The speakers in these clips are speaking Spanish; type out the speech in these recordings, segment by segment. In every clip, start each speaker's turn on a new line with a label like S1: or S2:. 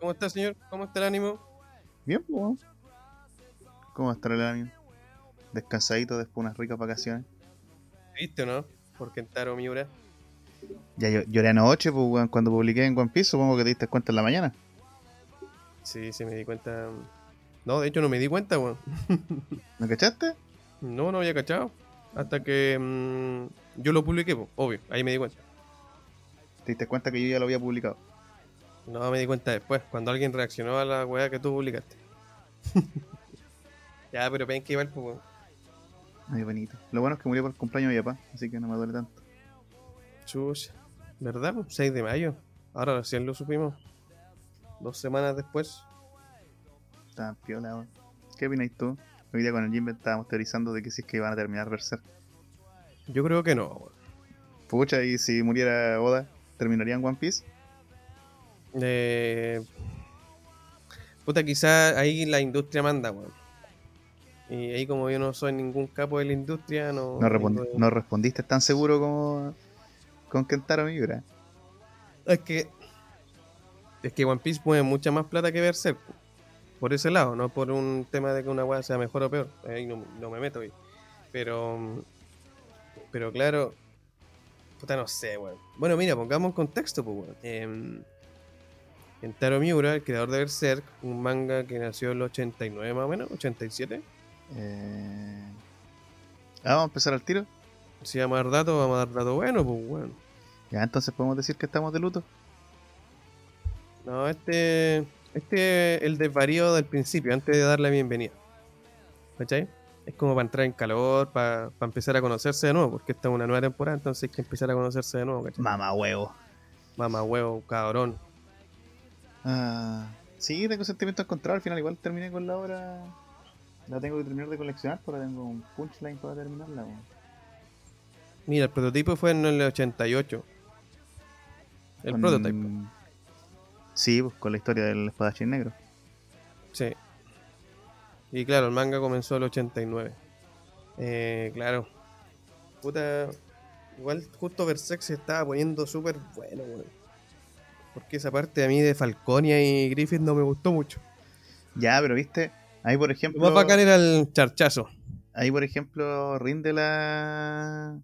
S1: ¿Cómo está, señor? ¿Cómo está el ánimo?
S2: Bien, pues, weón. ¿Cómo estará el ánimo? Descansadito después de unas ricas vacaciones.
S1: ¿Viste o no? Por Kentaro Miura.
S2: Ya yo, lloré anoche, pues, weón, cuando publiqué en One Piece, supongo que te diste cuenta en la mañana.
S1: Sí, sí, me di cuenta. No, de hecho no me di cuenta, weón.
S2: ¿Me cachaste?
S1: No, no había cachado. Hasta que mm, yo lo publiqué, po, obvio. Ahí me di cuenta.
S2: Te diste cuenta que yo ya lo había publicado.
S1: No, me di cuenta después, cuando alguien reaccionó a la weá que tú publicaste. ya, pero ven que igual, pues, weón.
S2: Ay, bonito. Lo bueno es que murió por el cumpleaños de mi papá, así que no me duele tanto.
S1: Chucha. ¿Verdad? po? 6 de mayo. Ahora recién lo supimos. Dos semanas después.
S2: Tan piola, weón. ¿Qué opináis tú? Hoy día con el Jim estábamos teorizando de que si es que iban a terminar Berserk.
S1: Yo creo que no, weón.
S2: Pucha, y si muriera Oda, ¿terminarían One Piece?
S1: Eh, puta, quizás ahí la industria manda, weón. Y ahí como yo no soy ningún capo de la industria, no...
S2: No, respon-
S1: tengo-
S2: no respondiste tan seguro como con Kentaro Miura.
S1: Es que... Es que One Piece mueve mucha más plata que Berserk. po. Por ese lado, no por un tema de que una weá sea mejor o peor. Ahí no, no me meto. ahí. Pero... mm, Pero claro... Puta, no sé, weón. Bueno, mira, pongamos en contexto, pues, weón. Em, Kentaro Miura, el creador de Berserk, un manga que nació en el 89 más o menos, 87.
S2: Eh... Ah, vamos a empezar al tiro.
S1: Si vamos a dar datos, vamos a dar datos buenos, pues bueno.
S2: Ya, entonces podemos decir que estamos de luto.
S1: No, este. Este es el desvarío del principio, antes de dar la bienvenida. ¿Cachai? Es como para entrar en calor, para, para empezar a conocerse de nuevo, porque esta es una nueva temporada, entonces hay que empezar a conocerse de nuevo, ¿cachai?
S2: Mamá huevo.
S1: Mamá huevo, cabrón.
S2: Ah, sí, tengo sentimientos encontrados. Al final, igual terminé con la obra. La tengo que terminar de coleccionar, pero tengo un punchline para terminarla. weón.
S1: Mira, el prototipo fue en el 88. El
S2: Con-
S1: prototipo,
S2: Sí, pues, con la historia del espadachín negro.
S1: sí. Y claro, el manga comenzó en el 89. Eh, claro. Puta. Igual justo Berserk se estaba poniendo súper bueno, weón. Porque esa parte a mí de Falconia y Griffith no me gustó mucho.
S2: Ya, pero viste, ahí por
S1: Lo más
S2: ejemplo.
S1: bacán era el charchazo.
S2: Ahí por ejemplo rinde la.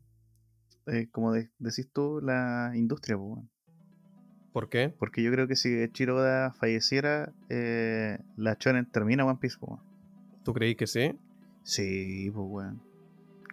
S2: eh, como de- decís tú, la industria, pues, weón.
S1: ¿Por qué?
S2: Porque yo creo que si Chiroda falleciera, eh, la Chonen termina One Piece, pues, weón.
S1: ¿Tú creí que sí?
S2: Sí, pues, weón.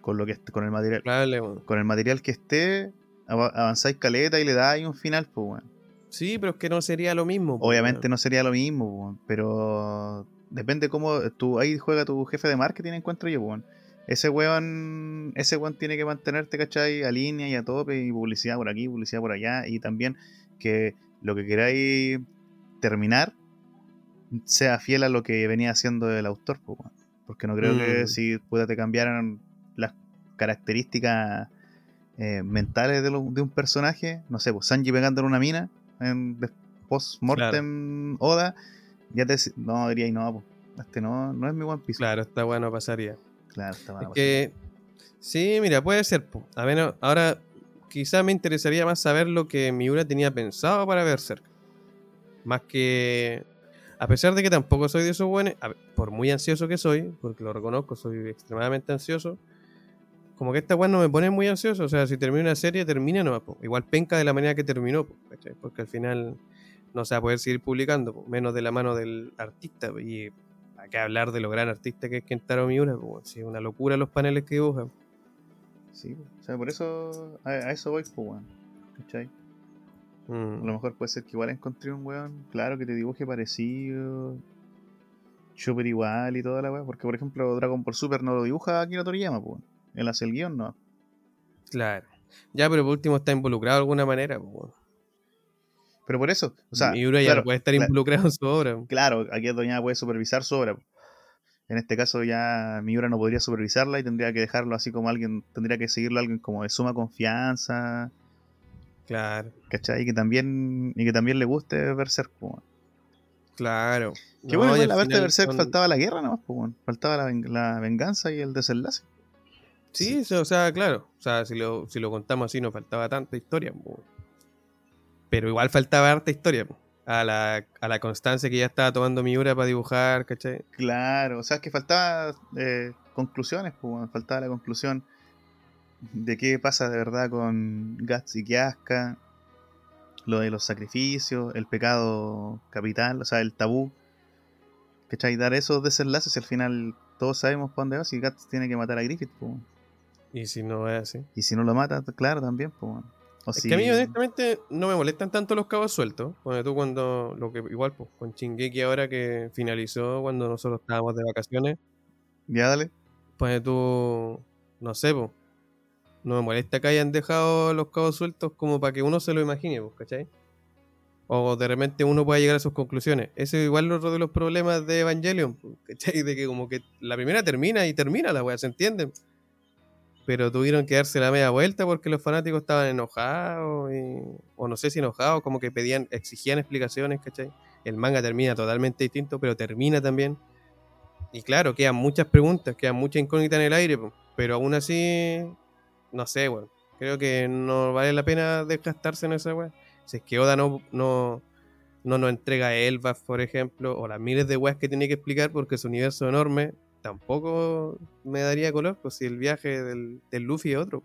S2: Con, lo que, est- con el material
S1: Claro, weón.
S2: con el material que esté, av- avanzáis caleta y le dais un final, pues, weón.
S1: Sí, pero es que no sería lo mismo. pues,
S2: Obviamente
S1: weón.
S2: no sería lo mismo, pues, weón, pero depende cómo tú, ahí juega tu jefe de marketing, encuentro yo, pues, weón. Ese weón, ese weón tiene que mantenerte, ¿cachai? A línea y a tope, y publicidad por aquí, publicidad por allá, y también que lo que queráis terminar sea fiel a lo que venía haciendo el autor, pues, weón. porque no creo
S1: Mm.
S2: que si puta, te cambiaran las características eh, mentales de, lo- de un personaje, no sé, pues Sanji pegándole una mina en de- post-mortem Oda, ya te dec- no diría, no, po, este no, no es mi One Piece.
S1: Claro, esta weá no pasaría.
S2: Claro, está
S1: Es
S2: mala
S1: que sí, mira, puede ser. po. A menos, ahora quizá me interesaría más saber lo que Miura tenía pensado para Berserk. Más que a pesar de que tampoco soy de esos buenos, a ver, por muy ansioso que soy, porque lo reconozco, soy extremadamente ansioso. Como que esta weá no me pone muy ansioso. O sea, si termina una serie, termina nomás. po. Igual penca de la manera que terminó, po, ¿cachai? porque al final no se va a poder seguir publicando, po, menos de la mano del artista. po, Y ¿Para qué hablar de lo gran artista que es Kentaro Miura? po, weón? Si es una locura los paneles que dibuja.
S2: wea. Sí, po. o sea, por eso, a, a eso voy, po, weón. ¿Cachai? A
S1: Mm,
S2: lo mejor puede ser que igual encontré un weón, claro, que te dibuje parecido, super igual y toda la weá. Porque, por ejemplo, Dragon Ball Super no lo dibuja Akira Toriyama, pues, po. weón. Él hace el guión, no.
S1: Claro. Ya, pero por último está involucrado de alguna manera. po, weón.
S2: Pero por eso, o sea,
S1: Miura ya
S2: claro,
S1: no puede estar
S2: cla-
S1: involucrado en su obra. po.
S2: claro, Akira Toriyama puede supervisar su obra. po. En este caso ya Miura no podría supervisarla y tendría que dejarlo así como alguien, tendría que seguirlo alguien como de suma confianza,
S1: Claro,
S2: ¿cachai? Y que también, y que también le guste Berserk, po, weón.
S1: claro.
S2: Que
S1: No,
S2: bueno,
S1: y
S2: igual
S1: al
S2: la parte de
S1: final
S2: Berserk
S1: son-
S2: faltaba la guerra nomás, po, weón. faltaba la, ven- la venganza y el desenlace.
S1: Sí, eso, o sea, claro. O sea, si lo, si lo contamos así, no faltaba tanta historia. po, weón. Pero igual faltaba harta historia. po. a la, a la constancia que ya estaba tomando Miura para dibujar, ¿cachai?
S2: Claro, o sea, es que faltaba eh, conclusiones, pues, bueno, faltaba la conclusión de qué pasa de verdad con Guts y Kiaska, lo de los sacrificios, el pecado capital, o sea, el tabú, ¿cachai? Dar esos desenlaces y al final todos sabemos para dónde va, si Guts tiene que matar a Griffith, pues. bueno.
S1: Y si no es así.
S2: Y si no lo mata, claro, también, pues. bueno. O
S1: Es
S2: si-
S1: que a mí, honestamente, no me molestan tanto los cabos sueltos. Bueno, tú cuando. Lo que, igual, pues, con Chingeki ahora que finalizó cuando nosotros estábamos de vacaciones.
S2: Ya dale.
S1: Pues tú, no sé, po. no me molesta que hayan dejado los cabos sueltos como para que uno se lo imagine, po, ¿cachai? O de repente uno pueda llegar a sus conclusiones. Ese es igual otro de los problemas de Evangelion, po, ¿cachai? De que como que la primera termina y termina la weá, ¿se entiende? Pero tuvieron que darse la media vuelta porque los fanáticos estaban enojados, y- o no sé si enojados, como que pedían, exigían explicaciones, ¿cachai? El manga termina totalmente distinto, pero termina también. Y claro, quedan muchas preguntas, quedan muchas incógnitas en el aire, po, pero aún así, no sé, weón. Creo que no vale la pena desgastarse en esa weá. Si es que Oda no, no, no nos entrega Elbaf, por ejemplo, o las miles de weas que tiene que explicar porque su universo es enorme, tampoco me daría color, pues si el viaje del, del Luffy es otro.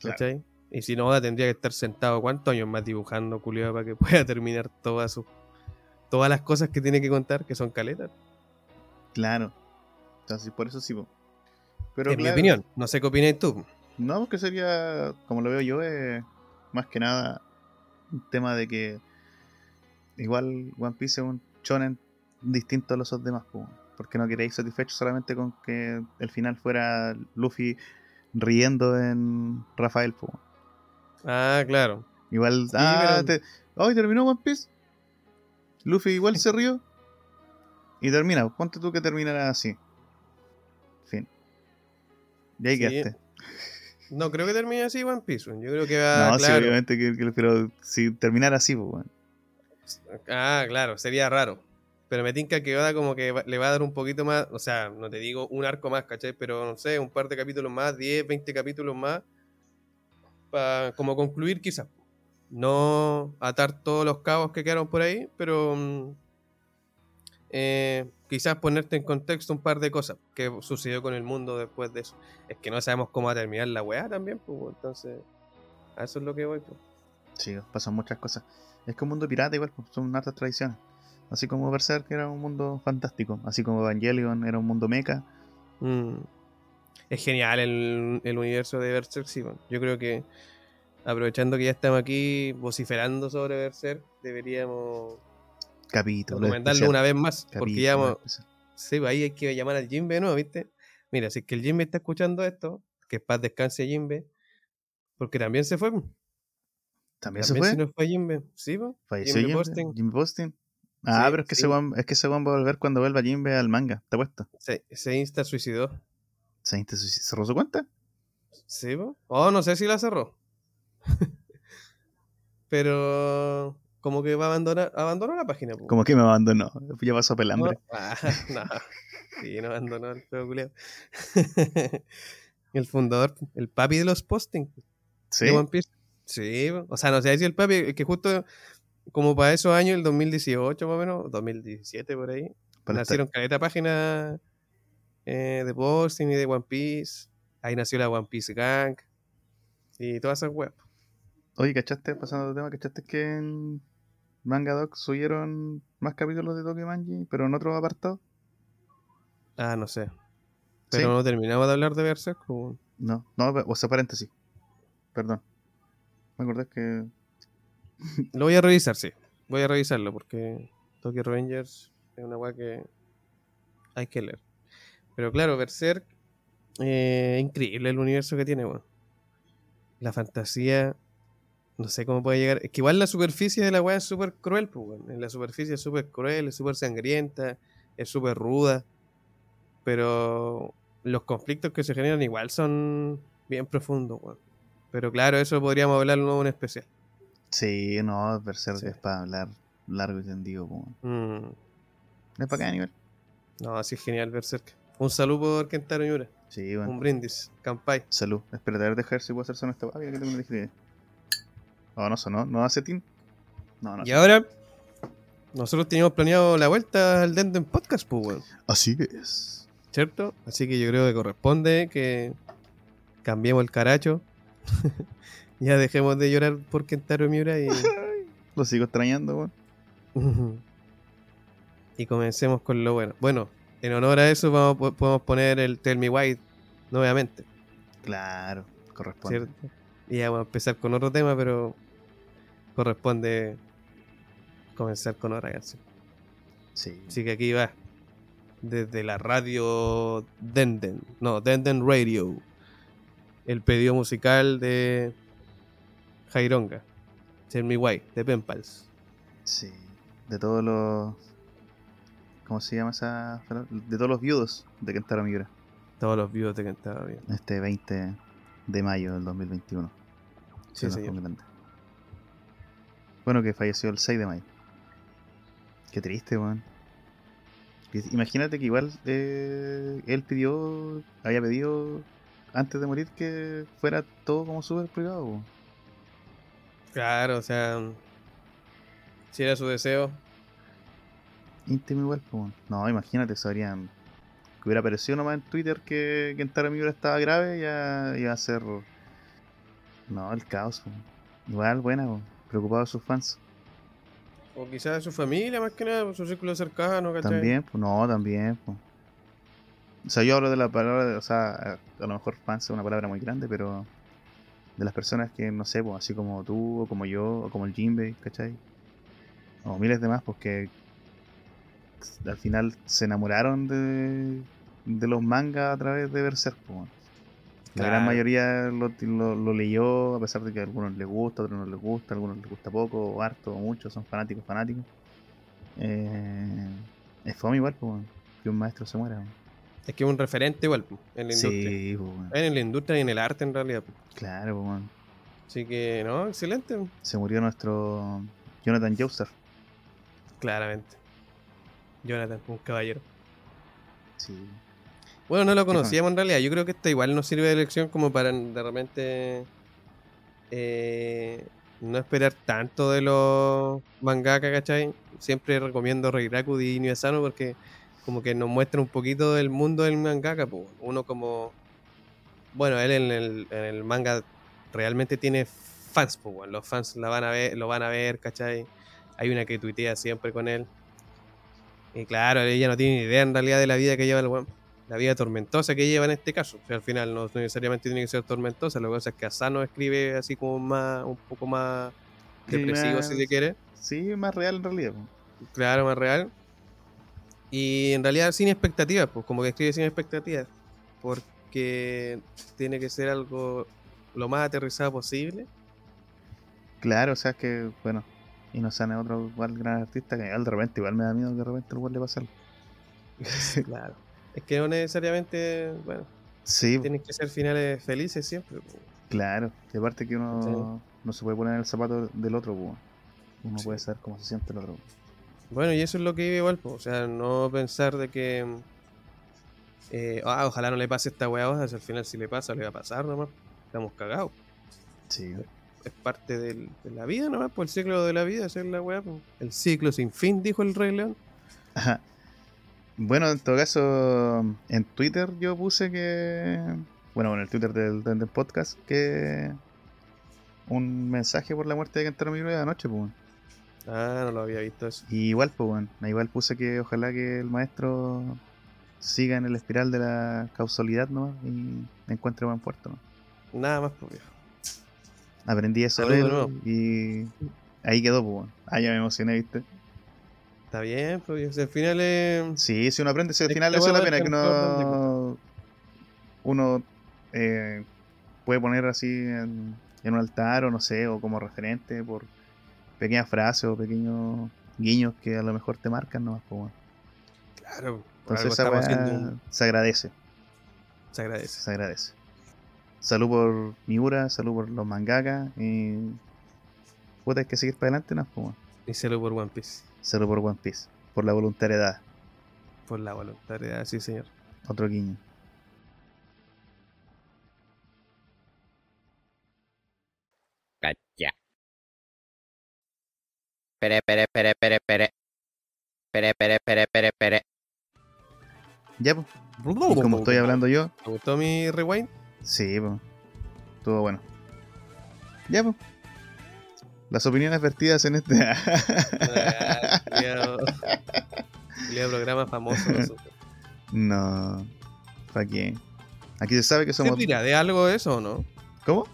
S2: Claro.
S1: ¿Cachai? Y si no, Oda tendría que estar sentado cuántos años más dibujando, culiado, para que pueda terminar todas sus todas las cosas que tiene que contar, que son caletas.
S2: Claro. Entonces, por eso sí, po. Pero
S1: en mi
S2: claro,
S1: opinión, no sé qué opinas tú.
S2: No, porque sería, como lo veo yo, es más que nada un tema de que igual One Piece es un shonen distinto a los demás, po, porque no queréis satisfechos solamente con que el final fuera Luffy riendo en Rafael. po.
S1: Ah, claro.
S2: Igual,
S1: Sí,
S2: ah,
S1: pero-
S2: te- hoy terminó One Piece. Luffy igual se rió y termina. Ponte tú que terminará así. Fin. Y ahí
S1: Sí,
S2: quedaste.
S1: No creo que termine así One Piece. weón. Yo creo que va.
S2: No, sí,
S1: Ah, claro.
S2: obviamente que, que- pero si terminara así, pues, weón.
S1: ah, claro, sería raro. Pero me tinca que Oda como que va- le va a dar un poquito más. O sea, no te digo un arco más, ¿cachai? Pero no sé, un par de capítulos más, 10, 20 capítulos más. Para como concluir, quizás. No atar todos los cabos que quedaron por ahí, pero. mm, eh, quizás ponerte en contexto un par de cosas que sucedió con el mundo después de eso. Es que no sabemos cómo va a terminar la weá también, pues, entonces. A eso es lo que voy, pues.
S2: Sí, pasan muchas cosas. Es que un mundo pirata igual, pues, son hartas tradiciones. Así como Berserk era un mundo fantástico. Así como Evangelion era un mundo mecha.
S1: Mm. Es genial el, el universo de Berserk, sí, bueno. Yo creo que aprovechando que ya estamos aquí vociferando sobre Berserk, deberíamos
S2: Capítulo.
S1: recomendarlo
S2: especial.
S1: una vez más.
S2: Capítulo
S1: porque ya hemos-
S2: especial.
S1: sí, pues ahí hay que llamar al Jimbe de nuevo, ¿viste? Mira, si es que el Jimbe está escuchando esto, que paz descanse Jimbe, porque también se fue. pues. También
S2: También se fue.
S1: se nos fue Jimbe, sí, pues.
S2: Falleció
S1: Jimbe
S2: Jimbe
S1: Posting.
S2: Jimbe Posting. Ah,
S1: Sí,
S2: pero es que,
S1: sí.
S2: ese weón- es que ese weón va a volver cuando vuelva Jimbe al manga. ¿Te puesto?
S1: Se, se insta suicidó.
S2: ¿Se, te- se cerró su cuenta?
S1: Sí, po. Oh, no sé si la cerró. Pero como que va a abandonar, abandonó la página. po.
S2: Como que me abandonó. Ya pasó pelambre.
S1: No, ah, no. Sí, no abandonó el feo culiao. el fundador, el papi de los postings
S2: Sí.
S1: de One Piece. Sí, po. o sea, no sé si el papi, es que justo como para esos años, el 2018 más o menos, 2017 por ahí,
S2: para estar-
S1: Nacieron caleta páginas eh, de posting y de One Piece. Ahí nació la One Piece Gang. Y todas esas web.
S2: Oye, ¿cachaste? Pasando de tema, ¿cachaste que en Manga Doc subieron más capítulos de Tokemanji, pero en otro apartado?
S1: Ah, no sé.
S2: Sí.
S1: Pero no terminamos de hablar de Berserk. po.
S2: No, no, o sea, paréntesis. Perdón. Me acordé que.
S1: Lo voy a revisar, sí. Voy a revisarlo porque Tokyo Rangers es una web que hay que leer. Pero claro, Berserk. eh, increíble el universo que tiene, weón. La fantasía. No sé cómo puede llegar. Es que igual la superficie de la weá es súper cruel, pues, weón. En La superficie es súper cruel, es súper sangrienta, es súper ruda. Pero los conflictos que se generan igual son bien profundos, weón. Pero claro, eso podríamos hablarlo en un especial.
S2: Sí, no, Berserk
S1: Sí.
S2: es para hablar largo y tendido. po.
S1: Mm,
S2: Es para cada nivel.
S1: No, así es genial Berserk. Un saludo por Kentaro Miura.
S2: Sí, bueno.
S1: Un brindis. Campai.
S2: Salud. Espérate, a ver, dejar si puedo hacer sonar esta. Ah, mira que tengo una electricidad. Oh, no sonó. No hace tin. No, no.
S1: Y ahora Nosotros teníamos planeado la vuelta al Denden Podcast, pues, weón.
S2: Así es.
S1: ¿Cierto? Así que yo creo que corresponde que cambiemos el caracho. ya dejemos de llorar por Kentaro Miura y,
S2: Lo sigo extrañando, weón.
S1: y comencemos con lo bueno. Bueno, en honor a eso vamos, po- podemos poner el Tell Me Why nuevamente.
S2: Claro, corresponde.
S1: ¿cierto? Y ya vamos a empezar con otro tema, pero corresponde comenzar con otra canción.
S2: Sí.
S1: Así que aquí va. Desde la radio Denden. No, Denden Radio. El pedido musical de Jaironga. Tell Me Why, de Pen Pals.
S2: Sí. De todos los. ¿Cómo se llama esa.? fra- De todos los viudos de Kentaro Miura.
S1: Todos los vivos te cantaba bien.
S2: Este 20 de mayo del 2021.
S1: Sí,
S2: Se nos
S1: señor.
S2: fue grande. Bueno, que falleció el 6 de mayo. Qué triste, weón. Que- Imagínate que igual eh, él pidió, había pedido antes de morir que fuera todo como súper privado. weón.
S1: Claro, o sea. Si era su deseo.
S2: Íntimo igual, pues, weón. No, imagínate, se habrían. Que hubiera aparecido nomás en Twitter que Kentaro Miura estaba grave, ya iba a ser. No, el caos, weón. Igual, buena, weón. Preocupado de sus fans.
S1: O quizás su familia, más que nada, su círculo cercano, ¿cachai?
S2: También, pues, no, también, pues. O sea, yo hablo de la palabra, de- o sea, a, a lo mejor fans es una palabra muy grande, pero de las personas que, no sé, pues, así como tú, o como yo, o como el Jinbei, ¿cachai? O miles de más, pues, porque al final se enamoraron de, de los mangas a través de Berserk, pues. bueno. La gran
S1: Claro.
S2: mayoría lo, lo- lo leyó, a pesar de que a algunos les gusta, a otros no les gusta, a algunos les gusta poco, o harto, o mucho, son fanáticos, fanáticos. Eh, es fome igual, pues, bueno, que un maestro se muera. bueno.
S1: Es que es un referente igual po, en la industria. Eh.
S2: Sí, pues, bueno,
S1: En la industria y en el arte, en realidad. po.
S2: claro, pues, bueno.
S1: Así que, no, excelente.
S2: se murió nuestro Jonathan Joestar.
S1: Claramente. Jonathan, un caballero.
S2: Sí.
S1: Bueno, no lo
S2: fue?
S1: conocíamos en realidad. Yo creo que esta igual nos sirve de lección como para de repente eh, no esperar tanto de los mangaka, ¿cachai? Siempre recomiendo Reiraku y Inuyasano porque como que nos muestra un poquito del mundo del mangaka. po. Uno como... Bueno, él en el, en el manga realmente tiene fans, po, weón. los fans la van a ver, lo van a ver, ¿cachai? Hay una que tuitea siempre con él. Y claro, ella no tiene ni idea en realidad de la vida que lleva el weón la vida tormentosa que lleva en este caso. O sea, al final no necesariamente tiene que ser tormentosa, lo que pasa es que Asano escribe así como más, un poco más
S2: Sí,
S1: depresivo,
S2: más-
S1: si se quiere.
S2: Sí, más real en realidad. pues.
S1: Claro, más real. Y en realidad sin expectativas, pues como que escribe sin expectativas. Porque tiene que ser algo lo más aterrizado posible.
S2: Claro, o sea, es que, bueno, y no es otro igual gran artista que al de repente igual me da miedo que de repente al igual le pase algo.
S1: Claro. Es que no necesariamente, bueno,
S2: Sí,
S1: tienen que ser finales felices siempre. pues.
S2: claro. Y aparte que uno
S1: Sí.
S2: no se puede poner en el zapato del otro, pues. Uno
S1: Sí.
S2: puede saber cómo se siente el otro.
S1: Bueno, y eso es lo que iba igual, po, o sea, no pensar de que. eh, ah, ojalá no le pase esta weá, o sea, si al final si le pasa, le va a pasar nomás. Estamos cagados.
S2: Sí.
S1: Es parte del- de la vida nomás, por el ciclo de la vida, esa es la weá. po. El ciclo sin fin, dijo el Rey León.
S2: Ajá. Bueno, en todo caso, en Twitter yo puse que. Bueno, en el Twitter del, del- del podcast, que. Un mensaje por la muerte de Kentaro Miura de anoche, pues. weón.
S1: Ah, no lo había visto eso.
S2: Y igual, pues, weón, igual puse que ojalá que el maestro siga en el espiral de la causalidad nomás y encuentre buen puerto, ¿no?
S1: Nada más, por viejo.
S2: Aprendí eso de
S1: Saludo
S2: él y ahí quedó, pues, weón. Ah, ya me emocioné, ¿viste?
S1: Está bien, pues viejo, si al final es.
S2: Sí, si uno aprende, si
S1: Es
S2: al
S1: que
S2: final
S1: la
S2: eso es la
S1: hueá
S2: pena,
S1: del
S2: que
S1: campeón de
S2: uno, uno eh, puede poner así en, en un altar o no sé, o como referente por pequeñas frases o pequeños guiños que a lo mejor te marcan nomás. Pues, bueno.
S1: Claro, por
S2: Entonces
S1: algo
S2: esa
S1: estamos
S2: weá
S1: haciendo un-
S2: se agradece,
S1: Se agradece.
S2: se agradece. Salud por Miura, salud por los mangakas y... Puta, hay que seguir para adelante, ¿no? Pues, bueno.
S1: Y salud por One Piece.
S2: Salud por One Piece, por la voluntariedad,
S1: Por la voluntariedad, sí, señor.
S2: otro guiño.
S3: Cacha. Pere, pere, pere, pere, pere.
S2: Ya, pues. Y como estoy hablando yo,
S1: ¿Te gustó mi rewind?
S2: sí, pues. Estuvo bueno. Ya, pues. Las opiniones vertidas en este.
S1: Ah, culiao. Culiao programa famoso. nosotros.
S2: no. ¿Para qué? Aquí se sabe que somos.
S1: ¿Servirá de algo eso o no?
S2: ¿Cómo?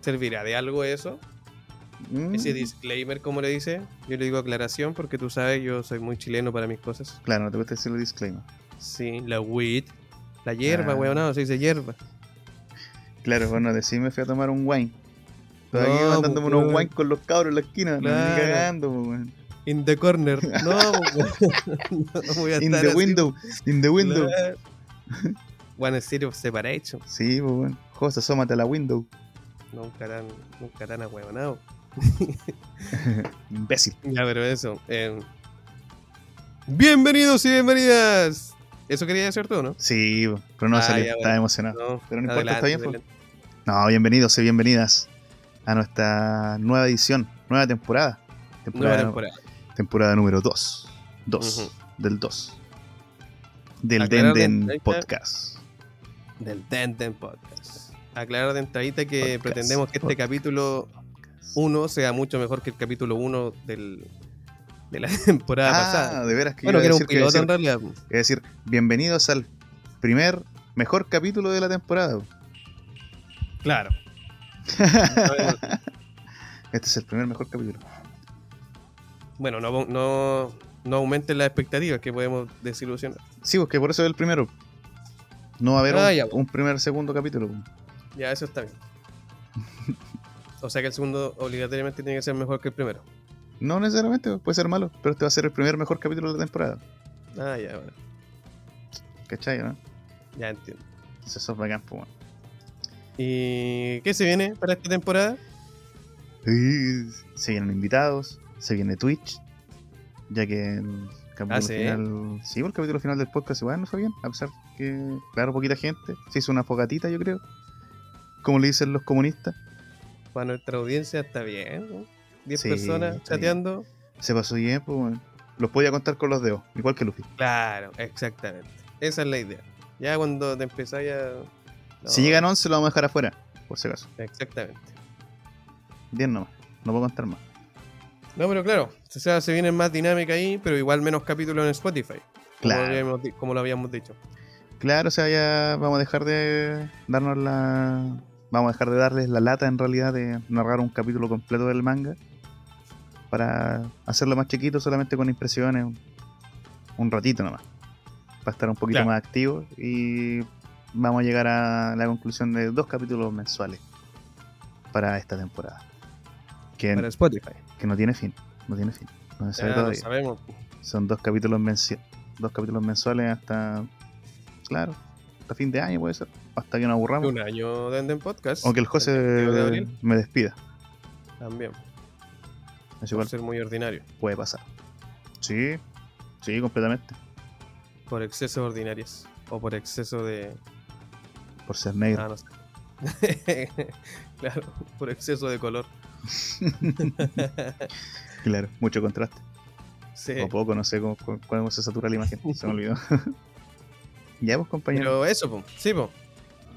S1: ¿Servirá de algo eso?
S2: Mm,
S1: Ese disclaimer, como le dice, yo le digo aclaración porque tú sabes, yo soy muy chileno para mis cosas.
S2: Claro, no te gusta decir el disclaimer.
S1: Sí, la weed. La hierba,
S2: Ah.
S1: weón, no, se dice hierba.
S2: Claro, bueno, decir me fui a tomar un wine. Estoy aquí
S1: No,
S2: mandándome
S1: pues,
S2: unos
S1: weón.
S2: wine con los cabros en la esquina, no, ni
S1: Claro.
S2: cagando, pues, weón.
S1: In the corner. No, weón, no voy a
S2: In
S1: estar
S2: the
S1: así, pues.
S2: window, in the window.
S1: claro. One City of Separation.
S2: Sí, pues, weón. José, asómate a la window.
S1: Nunca tan, nunca tan ahuevanado.
S2: Imbécil.
S1: Ya, pero eso. eh, Bienvenidos y bienvenidas. Eso quería decir tú, ¿no?
S2: Sí, pues, pero no
S1: Ah,
S2: salió,
S1: ya, bueno.
S2: estaba emocionado.
S1: No,
S2: Pero no importa, está bien, pues.
S1: adelante.
S2: No, bienvenidos y bienvenidas a nuestra nueva edición, nueva temporada.
S1: Nueva
S2: Temporada,
S1: temporada.
S2: temporada número 2. 2.
S1: Ujú.
S2: Del 2. Del Den
S1: Aclarar de
S2: Den
S1: entrada-
S2: Podcast.
S1: Del Tenten Podcast. Aclarar de entradita que
S2: Podcast,
S1: pretendemos que este
S2: podcast.
S1: capítulo
S2: Ah,
S1: 1 sea mucho mejor que el capítulo 1 del, de la temporada
S2: Ah,
S1: pasada.
S2: de veras que
S1: Bueno,
S2: iba
S1: que
S2: a
S1: era un
S2: decir que iba a
S1: piloto
S2: decir
S1: en realidad.
S2: Es decir, bienvenidos al primer mejor capítulo de la temporada.
S1: Claro.
S2: Este es el primer mejor capítulo.
S1: bueno, no, no, no aumenten las expectativas que podemos desilusionar.
S2: Sí, porque por eso es el primero. No va a haber
S1: Ah,
S2: un,
S1: ya, pues.
S2: un primer, segundo capítulo.
S1: Ya, eso está bien. O sea que el segundo obligatoriamente tiene que ser mejor que el primero.
S2: No necesariamente, pues, puede ser malo, pero este va a ser el primer mejor capítulo de la temporada.
S1: Ah, ya, bueno.
S2: ¿Cachai, no?
S1: Ya entiendo.
S2: Entonces eso es bacán, pues, bueno.
S1: ¿Y qué se viene para esta temporada?
S2: Y Se vienen invitados, se viene Twitch, ya que el capítulo
S1: Ah, ¿sí?
S2: final. Sí, pues, el capítulo final del podcast igual no fue bien, a pesar que, claro, poquita gente. Se hizo una fogatita, yo creo. Como le dicen los comunistas.
S1: Para nuestra audiencia está bien. ¿no? 10
S2: Sí,
S1: personas
S2: está bien.
S1: chateando.
S2: Se pasó bien, pues bueno. Los podía contar con los dedos, igual que Luffy.
S1: Claro, exactamente. Esa es la idea. Ya cuando te empezáis a. No,
S2: Si llegan 11, lo vamos a dejar afuera, por si acaso.
S1: Exactamente.
S2: 10 nomás, no puedo contar más.
S1: No, pero claro, o sea, se viene más dinámica ahí, pero igual menos capítulos en Spotify. Como,
S2: Claro.
S1: habíamos di- como lo habíamos dicho.
S2: Claro, o sea, ya vamos a dejar de darnos la. Vamos a dejar de darles la lata en realidad de narrar un capítulo completo del manga. Para hacerlo más chiquito, solamente con impresiones. un- Un ratito nomás. Para estar un poquito
S1: Claro.
S2: más activo. Y vamos a llegar a la conclusión de dos capítulos mensuales. Para esta temporada. Que en-
S1: Para Spotify.
S2: que no tiene fin, no tiene fin. No se sabe
S1: Ya lo
S2: todavía.
S1: sabemos.
S2: Son dos capítulos mensuales, dos capítulos mensuales hasta, claro, hasta fin de año puede ser, hasta que nos aburramos.
S1: Un año de Enden Podcast.
S2: O que el José
S1: primero de abril.
S2: me despida.
S1: También.
S2: Eso
S1: Va a
S2: igual
S1: ser muy ordinario.
S2: puede pasar. Sí, sí, completamente.
S1: Por exceso de ordinarias. O por exceso de.
S2: Por ser negro.
S1: Ah, no sé. claro, por exceso de color.
S2: Claro, mucho contraste.
S1: Sí.
S2: O poco, no sé cómo, cómo- cómo se satura la imagen. Se me olvidó. ya vos, compañero.
S1: Pero eso, po. sí, po.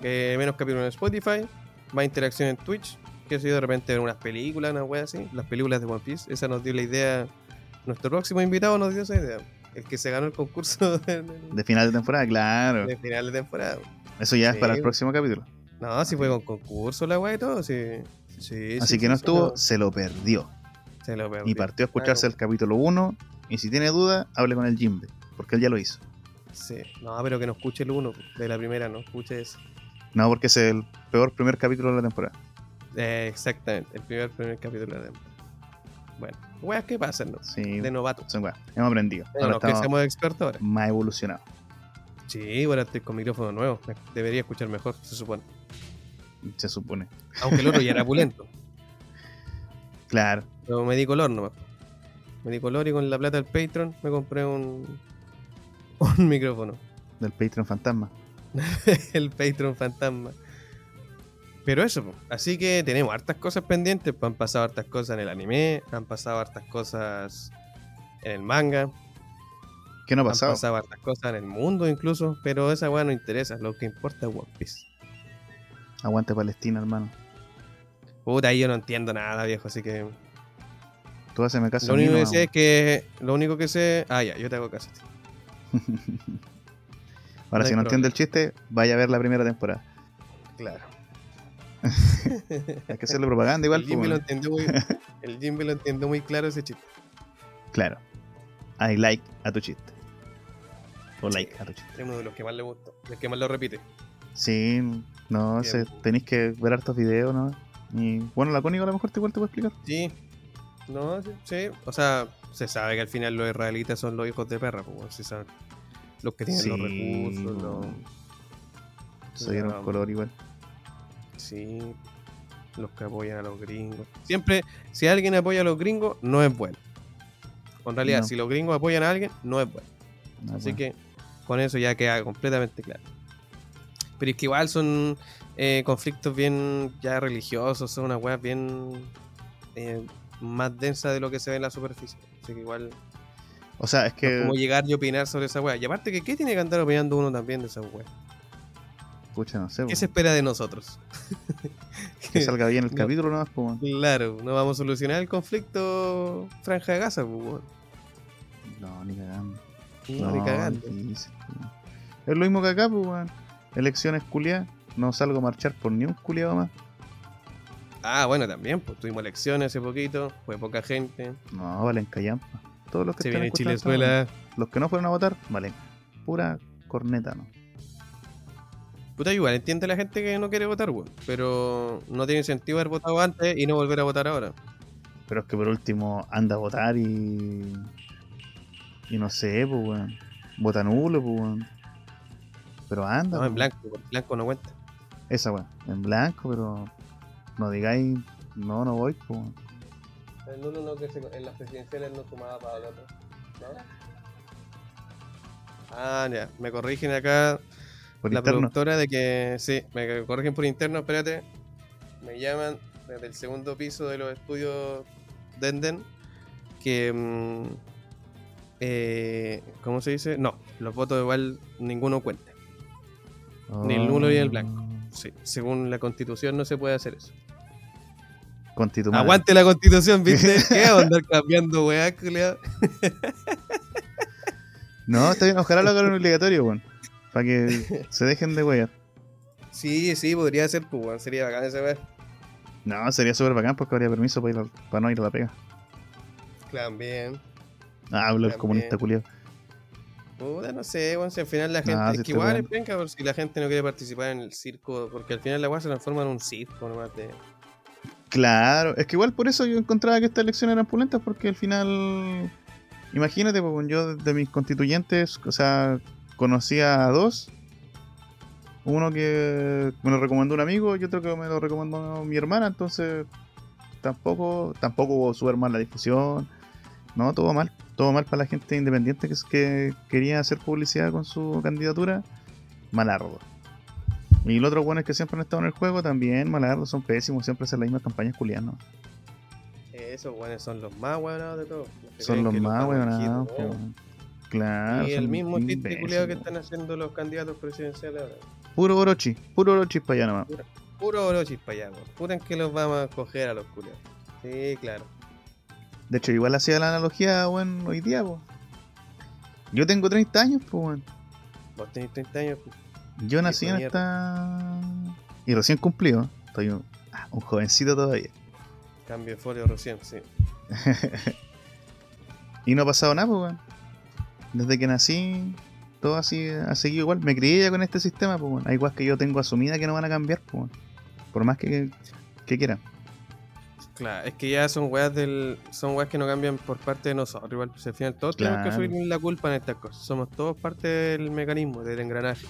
S1: Eh, menos capítulos en Spotify, más interacción en Twitch, que sé yo, de repente ver unas películas, una wea así, las películas de One Piece, esa nos dio la idea, nuestro próximo invitado nos dio esa idea, el que se ganó el concurso de,
S2: De final de temporada, claro.
S1: de final de temporada.
S2: Eso ya es
S1: Sí.
S2: para el próximo capítulo.
S1: No, si fue con concurso la wea y todo, sí. sí
S2: Así
S1: sí,
S2: que
S1: sí,
S2: no
S1: se
S2: estuvo,
S1: lo-
S2: se lo perdió.
S1: Se lo perdí.
S2: y partió a escucharse el capítulo 1. Y si tiene duda, hable con el Jimbe, porque él ya lo hizo.
S1: Sí. No, pero que no escuche el uno, de la primera, no escuche ese.
S2: No, porque es el peor primer capítulo de la temporada.
S1: Eh, exactamente, el primer, primer capítulo de la Bueno, weas que pasan, ¿no?
S2: Sí,
S1: De novato.
S2: son weas. Hemos aprendido.
S1: Bueno,
S2: Ahora
S1: no, que
S2: estamos
S1: seamos expertos ahora.
S2: más evolucionados.
S1: Sí, ahora estoy con micrófono nuevo. Me- Debería escuchar mejor, se supone.
S2: Se supone.
S1: Aunque el otro ya era pulento.
S2: Claro.
S1: Pero me di color nomás. Me di color y con la plata del Patreon me compré un, un micrófono.
S2: Del Patreon Fantasma.
S1: El Patreon fantasma. Pero eso, po. así que tenemos hartas cosas pendientes. po. Han pasado hartas cosas en el anime, han pasado hartas cosas en el manga.
S2: ¿Qué no ha
S1: Han
S2: pasado?
S1: pasado hartas cosas en el mundo incluso, pero esa weá no interesa, lo que importa es One Piece.
S2: Aguante Palestina, hermano.
S1: Puta, ahí yo no entiendo nada, viejo, así que...
S2: Tú haceme caso.
S1: Lo
S2: a mí
S1: único que
S2: nomás,
S1: sé es que... Lo único que sé... Ah, ya, yo te hago caso. a ti.
S2: weón. Ahora,
S1: no hay
S2: si no entiende el chiste, vaya a ver la primera temporada.
S1: Claro.
S2: Hay que hacerle propaganda igual.
S1: el,
S2: pues,
S1: Jimmy lo
S2: weón.
S1: entendió muy, el Jimmy lo entendió muy claro ese chiste.
S2: Claro. I like a tu chiste. O like a tu chiste.
S1: Es uno de los que más le gustó, el que más lo repite.
S2: Sí, no,
S1: Bien.
S2: se, tenéis que ver hartos videos, ¿no? Y bueno, la Cónico a lo mejor te, igual te puedo explicar.
S1: Sí. No, sí, sí. O sea, se sabe que al final los israelitas son los hijos de perra, pues, weón, se sabe. Los que tienen los recursos,
S2: pues.
S1: los...
S2: Se dieron
S1: la-
S2: color igual.
S1: Sí. Los que apoyan a los gringos. Siempre, si alguien apoya a los gringos, no es bueno. En realidad,
S2: No.
S1: si los gringos apoyan a alguien, no es bueno.
S2: Ah,
S1: Así
S2: bueno.
S1: que con eso ya queda completamente claro. Pero es que igual son eh, conflictos bien ya religiosos, son unas weas bien eh, más densas de lo que se ve en la superficie. Así que igual
S2: O sea, es
S1: no es
S2: que.
S1: como llegar y opinar sobre esa wea. Y aparte que ¿qué tiene que andar opinando uno también de esa wea?
S2: Pucha, no sé.
S1: ¿Qué se
S2: weón.
S1: espera de nosotros?
S2: Que salga bien el
S1: No.
S2: capítulo nomás, pues, weón.
S1: Claro, no vamos a solucionar el conflicto Franja de Gaza, pues, weón.
S2: No, ni cagando.
S1: No, ni cagando.
S2: difícil, weón. Es lo mismo que acá, pues, weón. Elecciones culiadas. No salgo a marchar por ni un culiado más.
S1: Ah, bueno, también, pues tuvimos elecciones hace poquito, fue poca gente.
S2: No, valen callampa. Todos los que
S1: Se
S2: están
S1: viene
S2: escuchando esta weá,
S1: Chilezuela.
S2: Los que no fueron a votar, valen. Pura corneta, ¿no?
S1: Puta, igual entiende la gente que no quiere votar, weón. Pero no tiene sentido haber votado antes y no volver a votar ahora.
S2: Pero es que por último anda a votar y. Y no sé, pues weón. Vota nulo, pues weón. Pero anda.
S1: No, en
S2: pues.
S1: blanco, porque en blanco no cuenta.
S2: Esa weón. En blanco, pero. No digáis. No, no voy, pues weón.
S1: El uno no que en las presidenciales no sumaba para el otro. Ah, ya. Me corrigen acá
S2: Por
S1: la
S2: interno.
S1: productora de que. Sí, me corrigen por interno, espérate. Me llaman desde el segundo piso de los estudios Denden. Que. mm, eh, ¿Cómo se dice? No, los votos igual ninguno cuenta. ni el nulo ni el blanco. Sí, según la constitución no se puede hacer eso.
S2: Con tu madre.
S1: Aguante la constitución, ¿viste? ¿Qué va a andar cambiando, weá, culiao?
S2: No, está bien. Ojalá lo hagan obligatorio, weón. Para que se dejen de wear.
S1: Sí, sí, podría ser, pues, weón, sería bacán esa weá.
S2: No, sería súper bacán porque habría permiso para, ir al- para no ir a la pega.
S1: También.
S2: Ah, habla el
S1: También.
S2: comunista culiado.
S1: Puta, no sé, weón, si al final la
S2: No,
S1: gente.
S2: si este
S1: es que
S2: está
S1: igual es
S2: weando.
S1: penca, por si la gente no quiere participar en el circo, porque al final la weá se transforma en un circo nomás de.
S2: Claro, es que igual por eso yo encontraba que estas elecciones eran pulentas, porque al final, imagínate, pues, yo de mis constituyentes, o sea, conocía a dos. Uno que me lo recomendó un amigo y otro que me lo recomendó mi hermana, entonces tampoco, tampoco hubo súper mal la difusión. No, todo mal, todo mal para la gente independiente que, es- que quería hacer publicidad con su candidatura, malardo. Y los otros buenos que siempre han estado en el juego también, malardo, son pésimos, siempre hacen las mismas campañas culiadas, ¿no?
S1: eh, esos weones son los más weonados de todos. los que
S2: Son
S1: creen
S2: los
S1: que
S2: más
S1: van a elegir,
S2: weonados,
S1: weón.
S2: po. Claro.
S1: Y
S2: son
S1: el mismo chiste
S2: imbéciles,
S1: culiao que
S2: po.
S1: están haciendo los candidatos presidenciales ahora.
S2: Puro Orochi, puro Orochi para allá nomás.
S1: Puro orochis para allá, weón. Puta en que los vamos a coger a los culiados. Sí, claro.
S2: De hecho, igual hacía la analogía, weón, hoy día, po. Yo tengo 30 años, pues, weón.
S1: Vos tenés 30 años, pues.
S2: Yo nací en
S1: mierda.
S2: esta. Y recién cumplido. Estoy un, ah, un jovencito todavía.
S1: cambio de folio recién, sí.
S2: Y no ha pasado nada, pues, weón. Desde que nací, todo así ha seguido igual. Me crié ya con este sistema, pues, weón. Hay igual que yo tengo asumida que no van a cambiar, pues, weón. Por más que, que quieran.
S1: Claro, es que ya son weas del. son weas que no cambian por parte de nosotros. Igual, pues, al final todos tenemos
S2: Claro.
S1: que asumir la culpa en estas cosas. Somos todos parte del mecanismo, del engranaje.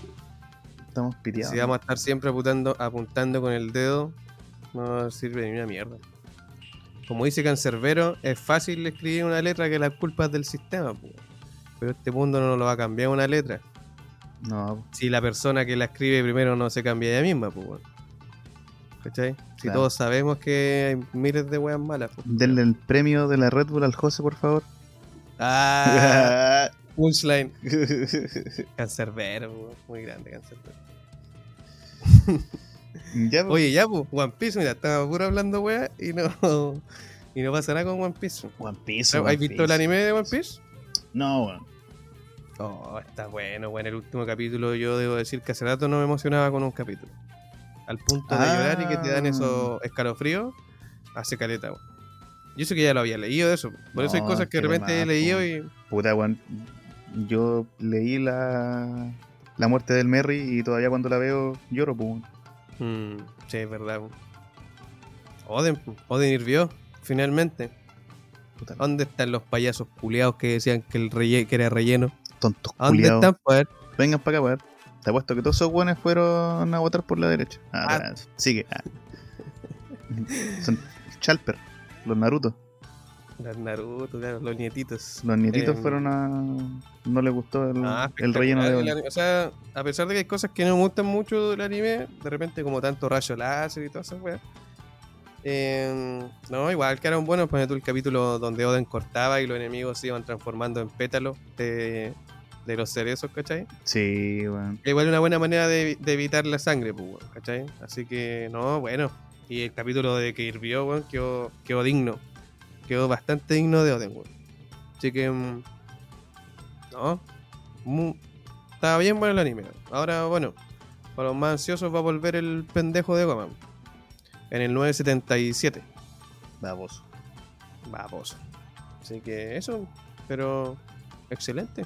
S2: Estamos piteados.
S1: Si vamos a estar siempre apuntando, apuntando con el dedo, no sirve ni una mierda. Como dice Cancerbero, es fácil escribir una letra que la culpa es del sistema, pues. pero este mundo no lo va a cambiar una letra.
S2: No, po.
S1: si la persona que la escribe primero no se cambia ella misma, pues weón. ¿Cachai? Si
S2: Claro.
S1: todos sabemos que hay miles de weas malas, pues.
S2: Denle el premio de la Red Bull al José, por favor.
S1: Ah, punchline. Cancerbero, weón. Muy grande, Cancerbero.
S2: ya, pues,
S1: Oye, ya, pues, One Piece, mira, estaba puro hablando, weá, y no. Y no pasa nada con One Piece.
S2: One Piece.
S1: ¿Has
S2: One
S1: visto
S2: Piece.
S1: el anime de One Piece?
S2: No, weón.
S1: Oh, está bueno, bueno. El último capítulo, yo debo decir que hace rato no me emocionaba con un capítulo. Al punto de llorar y que te dan
S2: Ah.
S1: esos escalofríos, hace caleta. weón. Yo sé que ya lo había leído eso. Por eso hay
S2: No,
S1: cosas que de
S2: qué
S1: repente he
S2: mal,
S1: leído
S2: weón.
S1: y.
S2: Puta, weón. Yo leí la, la muerte del Merry y todavía cuando la veo lloro, pues. weón.
S1: Mm, sí, es verdad. po. Oden, po. Oden hirvió, finalmente.
S2: Puta,
S1: ¿Dónde están los payasos culeados que decían que, el relle- que era relleno?
S2: Tontos
S1: ¿A dónde
S2: culiados.
S1: están, pues? poder?
S2: Vengan para acá, weón. Te apuesto que todos esos weones fueron a votar por la derecha. Ah,
S1: Ah.
S2: espera, sigue. ah. Son Chalper, los Naruto.
S1: Las Naruto, claro, los nietitos.
S2: Los nietitos
S1: Em,
S2: fueron a. No les gustó el,
S1: Ah,
S2: el relleno de.
S1: espectacular el anime. O sea, a pesar de que hay cosas que no me gustan mucho del anime, de repente como tanto rayo láser y todas esas weas. eh, no, igual que eran buenos, poner tú el capítulo donde Oden cortaba y los enemigos se iban transformando en pétalos de, de los cerezos, ¿cachai?
S2: Sí, weón.
S1: Que Igual una buena manera de, de evitar la sangre, pues, weón, ¿cachai? Así que, no, bueno. Y el capítulo de que hirvió, weón, quedó, quedó digno. Quedó bastante digno de Oden, weón. Así que, mm, no. mu- estaba bien bueno el anime. weón. Ahora, bueno, para los más ansiosos va a volver el pendejo de Goma. weón. En el 977.
S2: Baboso.
S1: Vamos. Así que eso, pero excelente.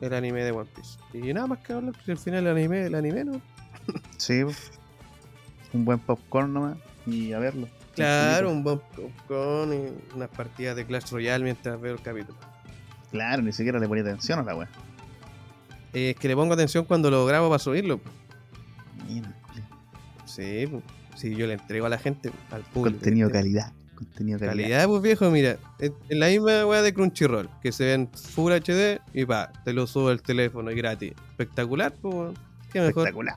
S1: El anime de One Piece. Y nada más que hablar, porque al final el anime, el anime, ¿no?
S2: Sí, weón. Un buen popcorn nomás y a verlo.
S1: Claro, un buen popcorn y unas partidas de Clash Royale mientras veo el capítulo.
S2: Claro, ni siquiera le ponía atención a la weá.
S1: Eh, es que le pongo atención cuando lo grabo para subirlo. po.
S2: Mira,
S1: Sí, po. sí, yo le entrego a la gente, al público.
S2: contenido
S1: ¿viste?
S2: calidad. Contenido calidad.
S1: este- Calidad, pues viejo, mira. Es es la misma weá de Crunchyroll, que se ve en Full HD y pa, te lo subo al teléfono y gratis. Espectacular, pues. weón. Qué mejor.
S2: Espectacular.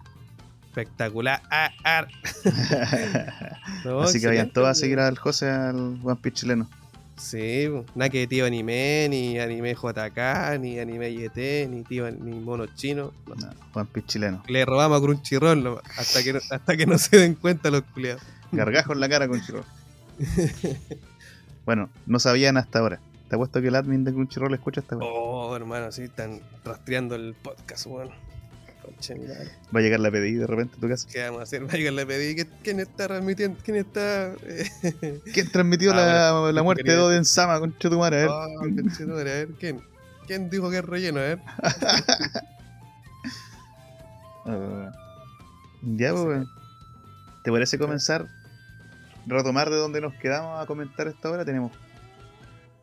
S1: Espectacular. Ah, ah. No,
S2: Así que vayan
S1: Oh, excelente,
S2: todos a
S1: weón.
S2: seguir al José, al One Piece chileno.
S1: Sí, po. nada que tío anime, ni anime JK, ni anime YT, ni tío ni mono chino. no.
S2: No, One Piece chileno.
S1: Le robamos a Crunchyroll nomás, hasta que, no- hasta que no se den cuenta los culiados.
S2: Gargajo en la cara con Crunchyroll. bueno, no sabían hasta ahora. Te apuesto que el admin de Crunchyroll escucha esta weá.
S1: Oh, hermano, sí, están rastreando el podcast, weón. Conche, mi madre.
S2: Va a llegar la PDI de repente a tu casa.
S1: ¿Qué vamos a hacer? Vaya, le pedí que- quién está transmitiendo, quién está. eh,
S2: ¿Quién transmitió
S1: Ah,
S2: la, la
S1: bueno.
S2: muerte de Oden Sama con Chetumare? A ver.
S1: oh, conchetumare, a ver, ¿quién? ¿Quién dijo que es relleno? A ver.
S2: Ah, ya, pues, weón. ¿Te parece comenzar? Retomar de donde nos quedamos a comentar esta hora. Tenemos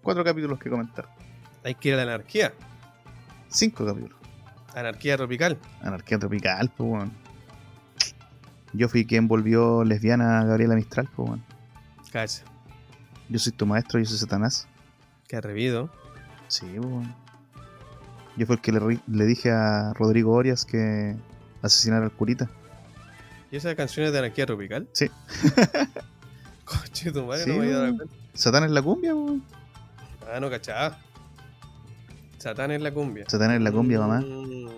S2: cuatro capítulos que comentar.
S1: Hay que ir a la anarquía.
S2: Cinco capítulos.
S1: Anarquía tropical.
S2: Anarquía tropical, pues, weón. Yo fui quien volvió lesbiana a Gabriela Mistral, pues, weón.
S1: Cacha,
S2: Yo soy tu maestro, yo soy Satanás.
S1: qué atrevido.
S2: Sí, pues, weón. Yo fue el que le, ri- le dije a Rodrigo Orias que asesinara al curita.
S1: ¿Y esas canciones de anarquía tropical?
S2: Sí.
S1: Coche, tu madre
S2: Sí,
S1: no me había dado
S2: weón.
S1: cuenta.
S2: Satán es la cumbia, pues, weón.
S1: Ah, no cachaba. Satán es la cumbia.
S2: Satán es la cumbia, mamá.
S1: Mm,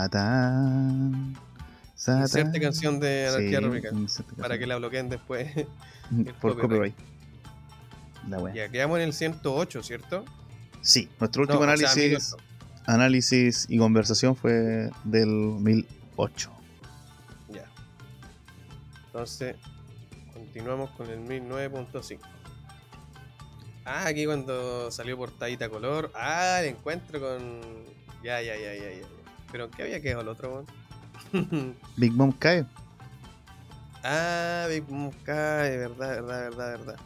S2: Satán. Satán.
S1: Cierta canción de anarquía
S2: Ah, Sí,
S1: tropical.
S2: inserte
S1: Para que
S2: canción.
S1: la bloqueen después.
S2: Mm, Por
S1: copyright.
S2: copyright. La wea.
S1: ya quedamos en el 108, ¿cierto?
S2: Sí,
S1: No,
S2: nuestro último
S1: o sea,
S2: análisis,
S1: 1008.
S2: análisis y conversación fue del 2008.
S1: ya. Entonces, continuamos con el 1009.5. Ah, aquí cuando salió portadita color. Ah, el encuentro con. Ya, ya, ya, ya, ya. ya. Pero ¿en ¿qué había quedado el otro, weón?
S2: Big Mom cae.
S1: Ah, Big Mom cae, verdad, verdad, verdad, verdad.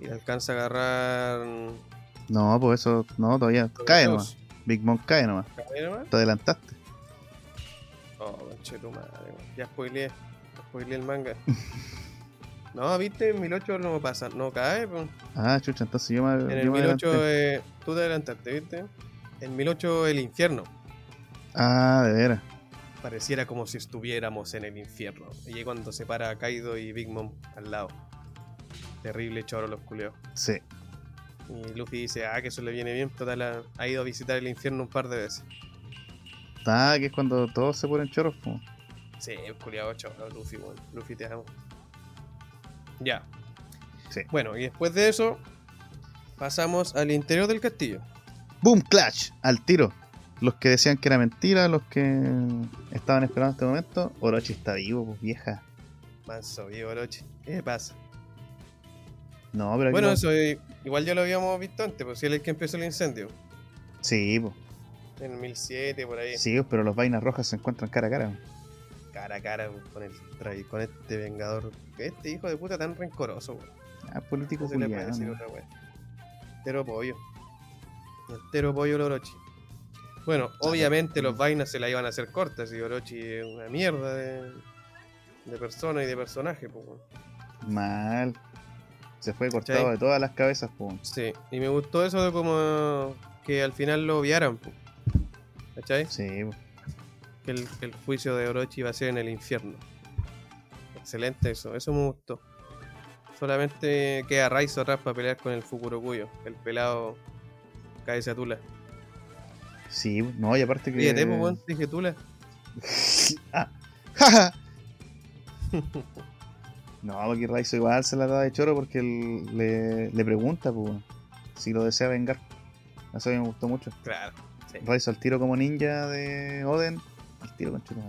S1: Y le alcanza a agarrar. mm,
S2: No, pues eso, no, todavía cae nomás. Big Mom cae nomás.
S1: ¿Cae nomás?
S2: Te adelantaste.
S1: Oh, conche tu madre, weón. Ya spoileé. Spoileé el manga. no, viste, en 1008 no pasa, no cae, po.
S2: Ah, chucha, entonces yo me.
S1: En
S2: yo
S1: el
S2: me
S1: 1008
S2: adelanté.
S1: eh, tú te adelantaste, viste. En 1008 el infierno. eh.
S2: Ah, de veras.
S1: Pareciera como si estuviéramos en el infierno. Y ahí cuando se para Kaido y Big Mom al lado. Terrible choro los culeos.
S2: Sí.
S1: Y Luffy dice, ah, que eso le viene bien. Total, ha, ha ido a visitar el infierno un par de veces.
S2: Ah, que es cuando todos se ponen choros, po.
S1: Sí, culiado choro, Luffy, weón. Luffy, te amo. Ya.
S2: Sí.
S1: Bueno, y después de eso, pasamos al interior del castillo.
S2: ¡Boom! ¡Clash! Al tiro. Los que decían que era mentira, los que estaban esperando este momento. Orochi está vivo, pues vieja.
S1: Manso, vivo Orochi. ¿Qué pasa?
S2: No, pero aquí
S1: Bueno,
S2: no-
S1: eso eh, igual ya lo habíamos visto antes, pues si él es el que empezó el incendio.
S2: Sí, pues.
S1: En el 1007, por ahí.
S2: Sí, pues, pero los vainas rojas se encuentran cara a cara. po.
S1: Cara a cara pues, con, el tra- con este vengador. Este hijo de puta tan rencoroso, weón.
S2: Ah, político
S1: No se le puede
S2: culiao,
S1: decir
S2: no.
S1: otra wea. Entero pollo. Entero pollo el Orochi. Bueno, obviamente los vainas se la iban a hacer cortas y Orochi es una mierda de, de persona y de personaje. po, weón.
S2: Mal. Se fue cortado
S1: ¿Cachai?
S2: de todas las cabezas, po.
S1: Sí, y me gustó eso de como que al final lo obviaran. po. ¿Cachai?
S2: Sí, po.
S1: Que el, que el juicio de Orochi va a ser en el infierno. Excelente eso, eso me gustó. Solamente queda Raizo atrás para pelear con el Fukurokuyo, el pelado cabeza tula.
S2: Sí, po. no, y aparte que.
S1: Fíjate, pues, weón, dije Tula.
S2: Ah. Jaja. no, porque Raizo igual se la da de choro porque él le, le pregunta, pues, weón, si lo desea vengar. Eso a mí me gustó mucho.
S1: Claro.
S2: Raizo al tiro como ninja de Oden. Al tiro con chulo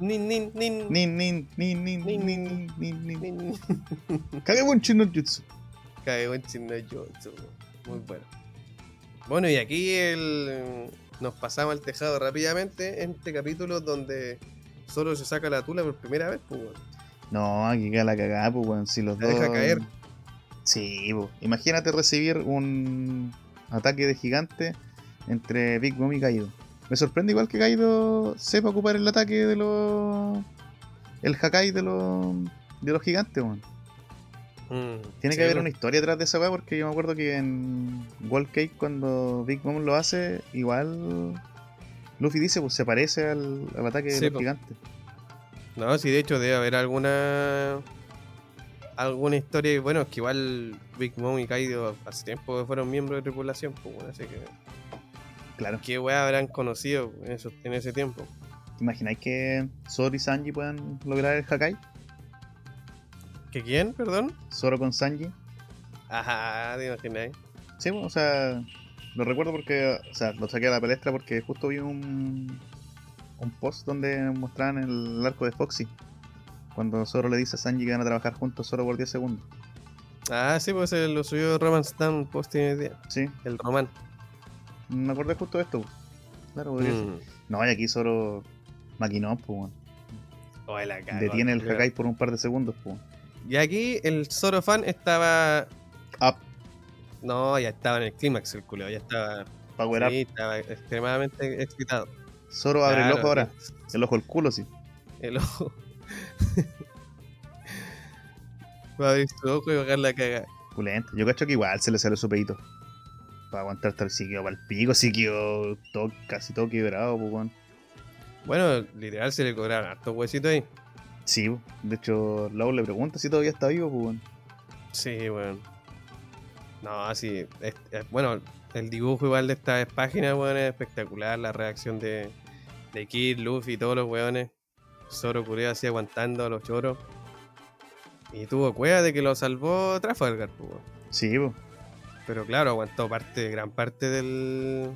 S1: Nin, nin, nin.
S2: Nin, nin, nin, nin, nin, nin, nin, nin.
S1: nin, nin.
S2: Kagebun Shin no Jutsu.
S1: Cae buen chino Jutsu, weón. Muy bueno. Bueno, y aquí el... nos pasamos al tejado rápidamente en este capítulo donde solo se saca la tula por primera vez, pues, weón.
S2: No, aquí queda la cagada, pues, weón. Si los
S1: La
S2: dos.
S1: deja caer.
S2: Sí, pues. Imagínate recibir un ataque de gigante entre Big Mom y Kaido. Me sorprende igual que Kaido sepa ocupar el ataque de los. El Hakai de los. De los gigantes, weón.
S1: Mm,
S2: Tiene
S1: pues.
S2: que haber una historia detrás de esa weá, porque yo me acuerdo que en World Cake, cuando Big Mom lo hace, igual. Luffy dice, pues se parece al, al ataque
S1: Sí, pues.
S2: de los
S1: po.
S2: gigantes.
S1: No, sí, de hecho debe haber alguna... Alguna historia, y bueno, es que igual Big Mom y Kaido hace tiempo que fueron miembros de tripulación, pues bueno, así que
S2: Claro.
S1: qué weá habrán conocido en, eso- en ese tiempo.
S2: ¿Te imagináis que Zoro y Sanji puedan lograr el Hakai?
S1: ¿Que quién, perdón?
S2: Zoro con Sanji.
S1: Ajá, te imagináis.
S2: Sí, bueno, o sea, lo recuerdo porque, o sea, lo saqué a la palestra porque justo vi un, un post donde mostraban el arco de Foxy. Cuando Zoro le dice a Sanji que van a trabajar juntos solo por 10 segundos.
S1: Ah, sí, pues eh, lo subió Roman Stan un post tiene idea.
S2: Sí,
S1: El Roman.
S2: me acordé justo de esto. Claro, podría ser.
S1: Mm.
S2: No, y aquí Zoro maquinó, pues, weón.
S1: Oh, la cago,
S2: detiene el
S1: culiao.
S2: Hakai por un par de segundos, pues.
S1: Y aquí el Zoro fan estaba.
S2: Up,
S1: No, ya estaba en el clímax el culo, ya estaba.
S2: power
S1: Sí, estaba extremadamente excitado.
S2: up. Zoro abre el
S1: Claro,
S2: ojo ahora. El ojo, el culo, sí.
S1: El ojo. Va a abrir su ojo y bajar la caga.
S2: Pulento. Yo cacho que igual se le salió su pedito. Para aguantar hasta el psiquio, para el pico, psiquio, todo, casi todo quebrado, pues, weón.
S1: Bueno, literal se le cobraron hartos huesitos ahí.
S2: Sí, po. de hecho, Lau le pregunta si todavía está vivo, pues, weón.
S1: Sí, bueno. No, sí. es- es- bueno, el dibujo igual de estas páginas, weón, es espectacular. La reacción de, de Kid, Luffy y todos los weones. Zoro Cureo así aguantando a los choros. Y tuvo cueva de que lo salvó Trafalgar, pues, weón.
S2: Sí, pues.
S1: Pero claro, aguantó parte, gran parte del.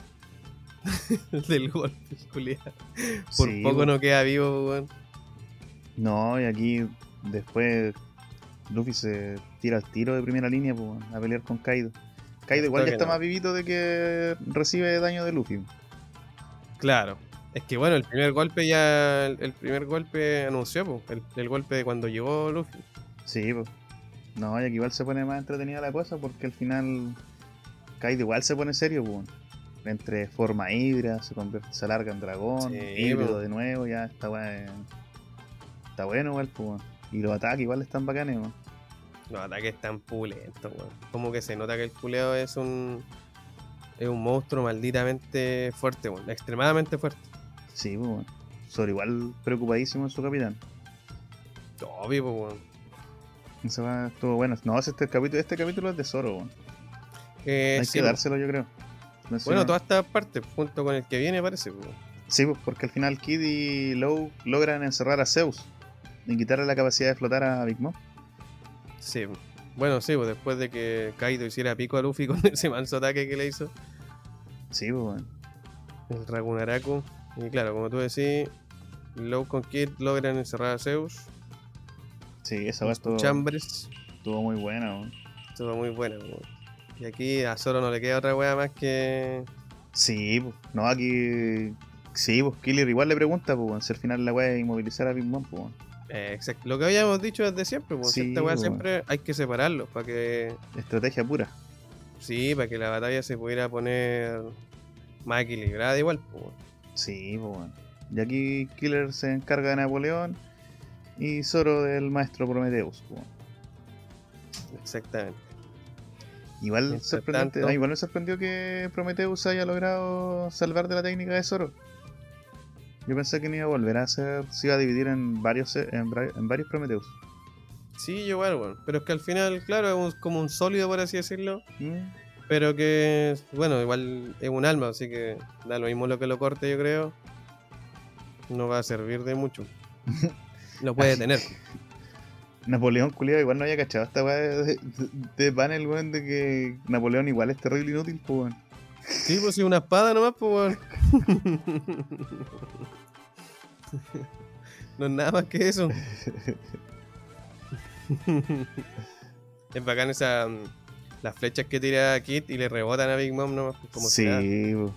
S1: del golpe, culiao. Por
S2: Sí, pues.
S1: poco
S2: po.
S1: no queda vivo, pues, weón.
S2: No, y aquí después Luffy se tira al tiro de primera línea, pues, weón, a pelear con Kaido. Kaido igual
S1: Esto
S2: ya
S1: que
S2: está
S1: no.
S2: más vivito de que recibe daño de Luffy.
S1: Claro. Es que bueno, el primer golpe ya. El el primer golpe anunció, po, el, el golpe de cuando llegó Luffy.
S2: Sí, pues. No, y aquí igual se pone más entretenida la cosa porque al final Kaido igual se pone serio, pues. Entre forma hidra, se convierte, se alarga en dragón,
S1: Sí,
S2: híbrido
S1: po.
S2: de nuevo, ya está bueno. Está bueno igual, pues. weón. Y los ataques igual están bacanes, weón.
S1: Los ataques están pulentos, weón. Como que se nota que el culeo es un. Es un monstruo malditamente fuerte, weón. Extremadamente fuerte.
S2: Sí, pues, weón. Sobre igual preocupadísimo en su capitán.
S1: Obvio, po, weón.
S2: Eso va, estuvo bueno. No, si este capítulo, este capítulo es de Zoro, weón.
S1: Eh,
S2: Hay
S1: sí,
S2: que
S1: po.
S2: dárselo, yo creo. No sé.
S1: Bueno, todas estas partes, junto con el que viene, parece. po.
S2: Sí, pues, porque al final Kid y Lowe logran encerrar a Zeus y quitarle la capacidad de flotar a Big Mom.
S1: Sí. po. Bueno, sí, pues después de que Kaido hiciera pico a Luffy con ese manso ataque que le hizo,
S2: Sí, pues, bueno.
S1: el Ragunaraku. Y claro, como tú decís, Low con Kid logran encerrar a Zeus.
S2: Sí, esa va
S1: Los
S2: estuvo,
S1: Chambres.
S2: estuvo muy buena. weón.
S1: Estuvo muy buena, po. Y aquí a Zoro no le queda otra wea más que.
S2: Sí, pues. No, aquí. Sí, pues Killer igual le pregunta, pues, weón, si al final la weá es inmovilizar a Big Mom, pues. weón.
S1: eh, exacto. Lo que habíamos dicho desde siempre, po.
S2: Sí,
S1: esta wea
S2: po.
S1: siempre hay que separarlos para que
S2: Estrategia pura.
S1: Sí, para que la batalla se pudiera poner más equilibrada igual. po, weón.
S2: Sí, pues, weón. Y aquí Killer se encarga de Napoleón y Zoro del maestro Prometheus, pues. weón.
S1: Exactamente.
S2: Igual
S1: Mientras
S2: sorprendente,
S1: tanto-
S2: ah, igual me sorprendió que Prometheus haya logrado salvar de la técnica de Zoro. Yo pensé que no iba a volver a hacer, se iba a dividir en varios en, bra- en varios Prometheus.
S1: Sí, yo igual, weón. Pero es que al final, claro, es un- como un sólido, por así decirlo.
S2: Mm,
S1: Pero que, bueno, igual es un alma, así que da lo mismo lo que lo corte, yo creo. No va a servir de mucho. Lo puede tener.
S2: Napoleón culiado igual no había cachado esta weá de, de, de panel, weón, de que Napoleón igual es terrible inútil, pues weón.
S1: Sí, pues si una espada nomás, pues weón. No es nada más que eso. Es bacán esa. mm, Las flechas que tira Kit y le rebotan a Big Mom nomás, pues, como si
S2: sí,
S1: nada.
S2: po,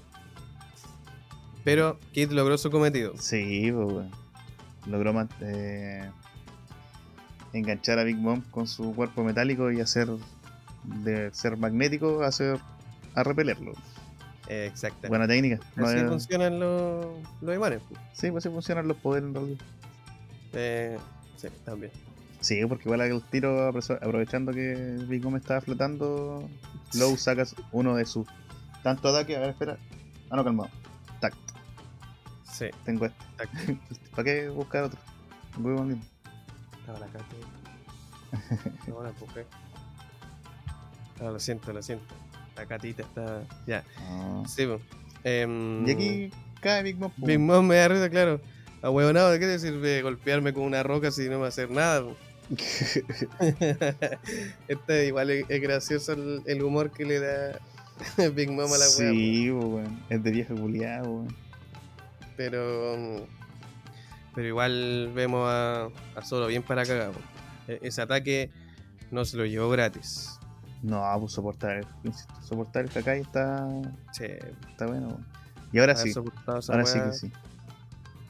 S1: Pero Kit logró su cometido.
S2: sí, po, weón. Logró man- eh, enganchar a Big Mom con su cuerpo metálico y hacer de ser magnético a ser a repelerlo.
S1: Exactamente.
S2: Buena técnica. No
S1: Así
S2: había-
S1: funcionan los, los imanes. pues.
S2: Sí, pues así funcionan los poderes en realidad.
S1: Eh, sí, también.
S2: Sí, porque igual el tiro, apro- aprovechando que Big Mom estaba flotando, Low sacas uno de sus tanto ataque. A ver, espera. Ah, no, calmado.
S1: Sí.
S2: Tengo este. ¿Para qué buscar otro? Voy con él.
S1: Ahora acá. te- No la empujé. Ah, lo siento, lo siento. La catita está. Ya.
S2: Ah.
S1: Sí, po. Em,
S2: Y aquí cae Big Mom. po.
S1: Big Mom me da risa, claro. A huevonado, ¿de qué te sirve golpearme con una roca si no me va a hacer nada? po? este igual es, es gracioso el, el humor que le da Big Mom a la hueva.
S2: Sí, po, weón. Es de vieja culiada, weón.
S1: po. Pero. mm, Pero igual vemos a, a Solo bien para cagar. po. E- Ese ataque no se lo llevó gratis.
S2: No, pues soportar, insisto, soportar esta calle está,
S1: Che,
S2: está bueno, weón. Y ahora
S1: haber
S2: sí,
S1: soportado esa
S2: ahora sí
S1: hueá.
S2: que sí.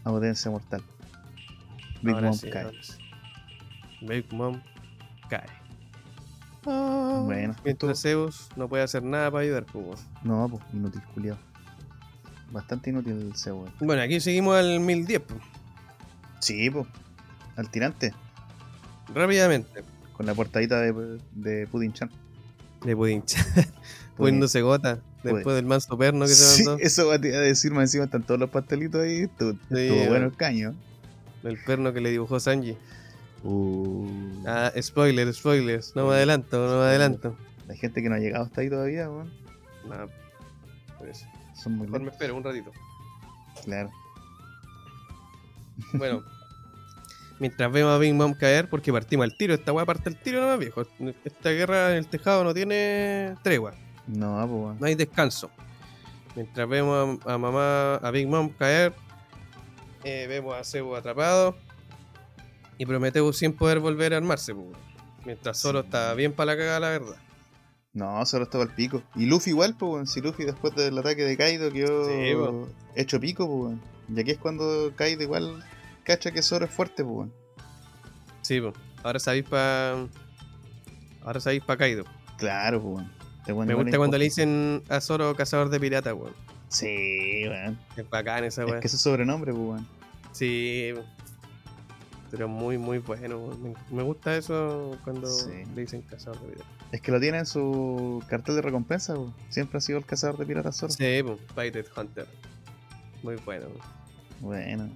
S2: Audiencia mortal. Big
S1: Ahora
S2: Mom
S1: sí,
S2: cae.
S1: ahora sí. Big Mom cae.
S2: Ah, Bueno,
S1: Mientras Zeus no puede hacer nada para ayudar, pues, weón.
S2: No, pues inútil, culiado. Bastante inútil el C, weón.
S1: Bueno, aquí seguimos al 1010, pues.
S2: Sí, pues. Al tirante.
S1: Rápidamente.
S2: Con la portadita de, de Pudding Chan.
S1: Le pude hinchar. Poniéndose gota. Después
S2: Puede.
S1: del manso perno que
S2: Sí,
S1: se mandó.
S2: eso va a decir más encima. Están todos los pastelitos ahí. tu- Estuvo
S1: weón.
S2: bueno el caño.
S1: El perno que le dibujó Sanji.
S2: Uh,
S1: Ah, spoiler, spoilers. No me adelanto, no me adelanto.
S2: Hay gente que no ha llegado hasta ahí todavía, weón.
S1: No, por eso.
S2: Son muy
S1: Pues, Mejor me
S2: lentos,
S1: espero un ratito.
S2: claro.
S1: Bueno. Mientras vemos a Big Mom caer, porque partimos al tiro, esta weá parte al tiro nomás, viejo. Esta guerra en el tejado no tiene tregua,
S2: No, pues, weón.
S1: no hay descanso. Mientras vemos a, a mamá, a Big Mom caer, eh, vemos a Zeus atrapado y Prometheus sin poder volver a armarse, pues, weón. Mientras solo
S2: Sí.
S1: está bien para la cagada, la verdad.
S2: No, solo estaba el pico. Y Luffy igual, pues, weón. Si Luffy después del ataque de Kaido quedó
S1: Sí, po.
S2: hecho pico, pues, weón. Y aquí es cuando Kaido igual cacha que Zoro es fuerte, pues, weón.
S1: Sí, pues. Ahora sabéis para. Ahora sabéis para Kaido.
S2: Claro, pues, weón. Este weón
S1: Me
S2: igual
S1: gusta
S2: es
S1: cuando le
S2: importante.
S1: dicen a Zoro cazador de pirata, weón.
S2: Sí, weón.
S1: Es bacán esa
S2: Es
S1: weón.
S2: que ese sobrenombre, pues, weón.
S1: Sí, pero muy, muy bueno. weón. Me, me gusta eso cuando
S2: Sí.
S1: le dicen cazador de piratas.
S2: Es que lo tiene en su cartel de recompensa, weón. Siempre ha sido el cazador de piratas solo.
S1: Sí, po, Pirate Hunter. Muy bueno. weón.
S2: Bueno,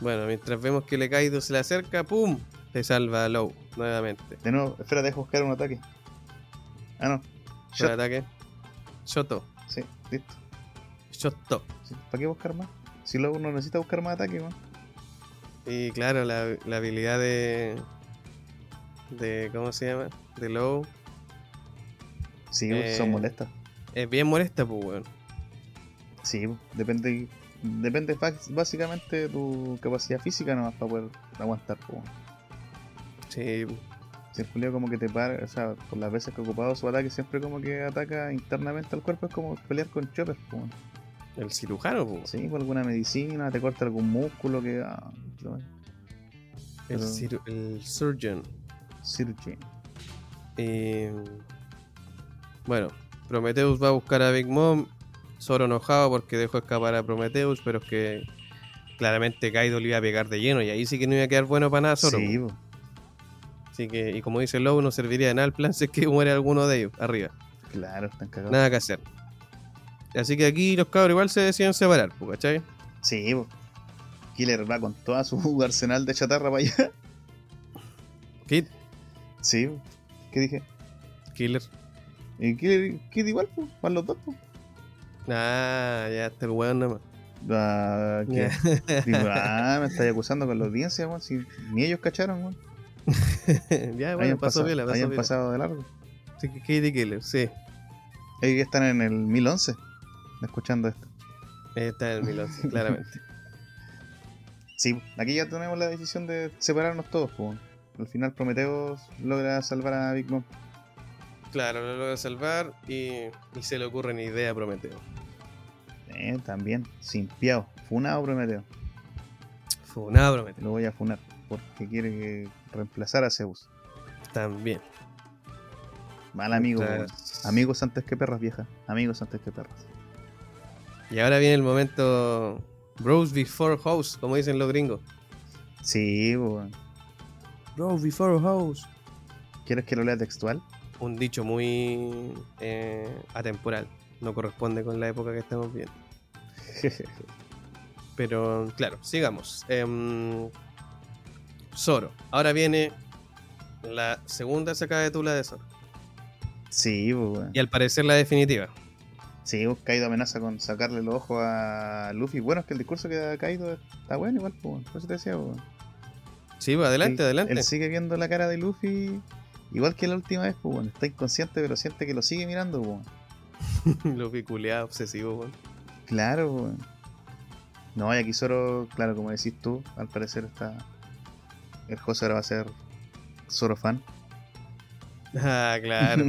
S1: Bueno, mientras vemos que le Kaido se le acerca, ¡pum! Se salva a Low nuevamente.
S2: de nuevo, espera, deja buscar un ataque. Ah, no.
S1: Shot.
S2: Shot.
S1: ataque. Shoto.
S2: Sí, listo.
S1: Shoto.
S2: ¿Para qué buscar más? Si luego uno necesita buscar más ataque, weón.
S1: Y claro, la, la habilidad de. de. ¿cómo se llama? de Low.
S2: Sí,
S1: Eh.
S2: son molestas.
S1: Es bien molesta, pues weón.
S2: Sí, pues, depende. Depende fac- básicamente de tu capacidad física nomás para poder aguantar, pues, weón.
S1: Sí.
S2: Si el culiao como que te para, o sea, por las veces que ha ocupado su ataque, siempre como que ataca internamente al cuerpo, es como pelear con choppers, pues, weón.
S1: El cirujano, pues. weón.
S2: Sí, por alguna medicina, te corta algún músculo que. ah, yo-
S1: El,
S2: Pero-
S1: ciru- el surgeon.
S2: Surgeon.
S1: Eh, bueno, Prometheus va a buscar a Big Mom. Zoro enojado porque dejó escapar a Prometheus, pero es que claramente Kaido le iba a pegar de lleno y ahí sí que no iba a quedar bueno para nada Zoro.
S2: Sí, po.
S1: Así que, y como dice Lowe, no serviría de nada el plan si es que muere alguno de ellos arriba.
S2: claro, están cagados.
S1: Nada que hacer. Así que aquí los cabros igual se deciden separar, pues, ¿cachai?
S2: Sí, po. Killer va con toda su arsenal de chatarra para allá.
S1: Kid,
S2: Sí, po. ¿qué dije?
S1: Killer.
S2: Y Killer, Kid igual, pues, van los dos, pues.
S1: Ah, ya está el weón nomás.
S2: Ah, ¿qué?
S1: Ya.
S2: Digo, ah, me estáis acusando con la audiencia, weón. Si ni ellos cacharon, weón.
S1: ya, Ah, bueno,
S2: Hayan
S1: pasó
S2: pasado,
S1: viola, pasó
S2: hayan
S1: viola.
S2: pasado de largo.
S1: Así que Kid y Killer, sí.
S2: Ellos ya están en el 1011 escuchando esto.
S1: Está en el 1011, claramente.
S2: Sí, po. aquí ya tenemos la decisión de separarnos todos, pues. weón. Al final Prometeos logra salvar a Big Mom.
S1: Claro, lo logra salvar y, y se le ocurre una idea, Prometeo.
S2: Eh, también, sin piado. Funado Prometeo.
S1: Funado, Prometeo.
S2: Lo voy a funar porque quiere que reemplazar a Zeus.
S1: También.
S2: Mal amigo. weón.
S1: Mientras-
S2: Amigos antes que perras, vieja. Amigos antes que perras.
S1: Y ahora viene el momento. Bros before house, como dicen los gringos.
S2: Sí, weón.
S1: Bros before house.
S2: ¿Quieres que lo lea textual?
S1: Un dicho muy eh, atemporal. No corresponde con la época que estamos viendo. Pero claro, sigamos. Em, Zoro. Ahora viene la segunda sacada de tula de Zoro.
S2: sí, weón.
S1: Y al parecer la definitiva.
S2: Sí, weón, Kaido amenaza con sacarle los ojos a Luffy. Bueno, es que el discurso que da Kaido está bueno igual, pues. Por eso te decía, weón.
S1: Sí, pues, adelante,
S2: Él-
S1: adelante.
S2: Él sigue viendo la cara de Luffy. Igual que la última vez, pues, weón. Está inconsciente, pero siente que lo sigue mirando, weón.
S1: Lo piculeado, obsesivo, weón.
S2: Claro, weón. No, y aquí Zoro, claro, como decís tú, al parecer está. El José ahora va a ser Zoro fan.
S1: Ah, claro.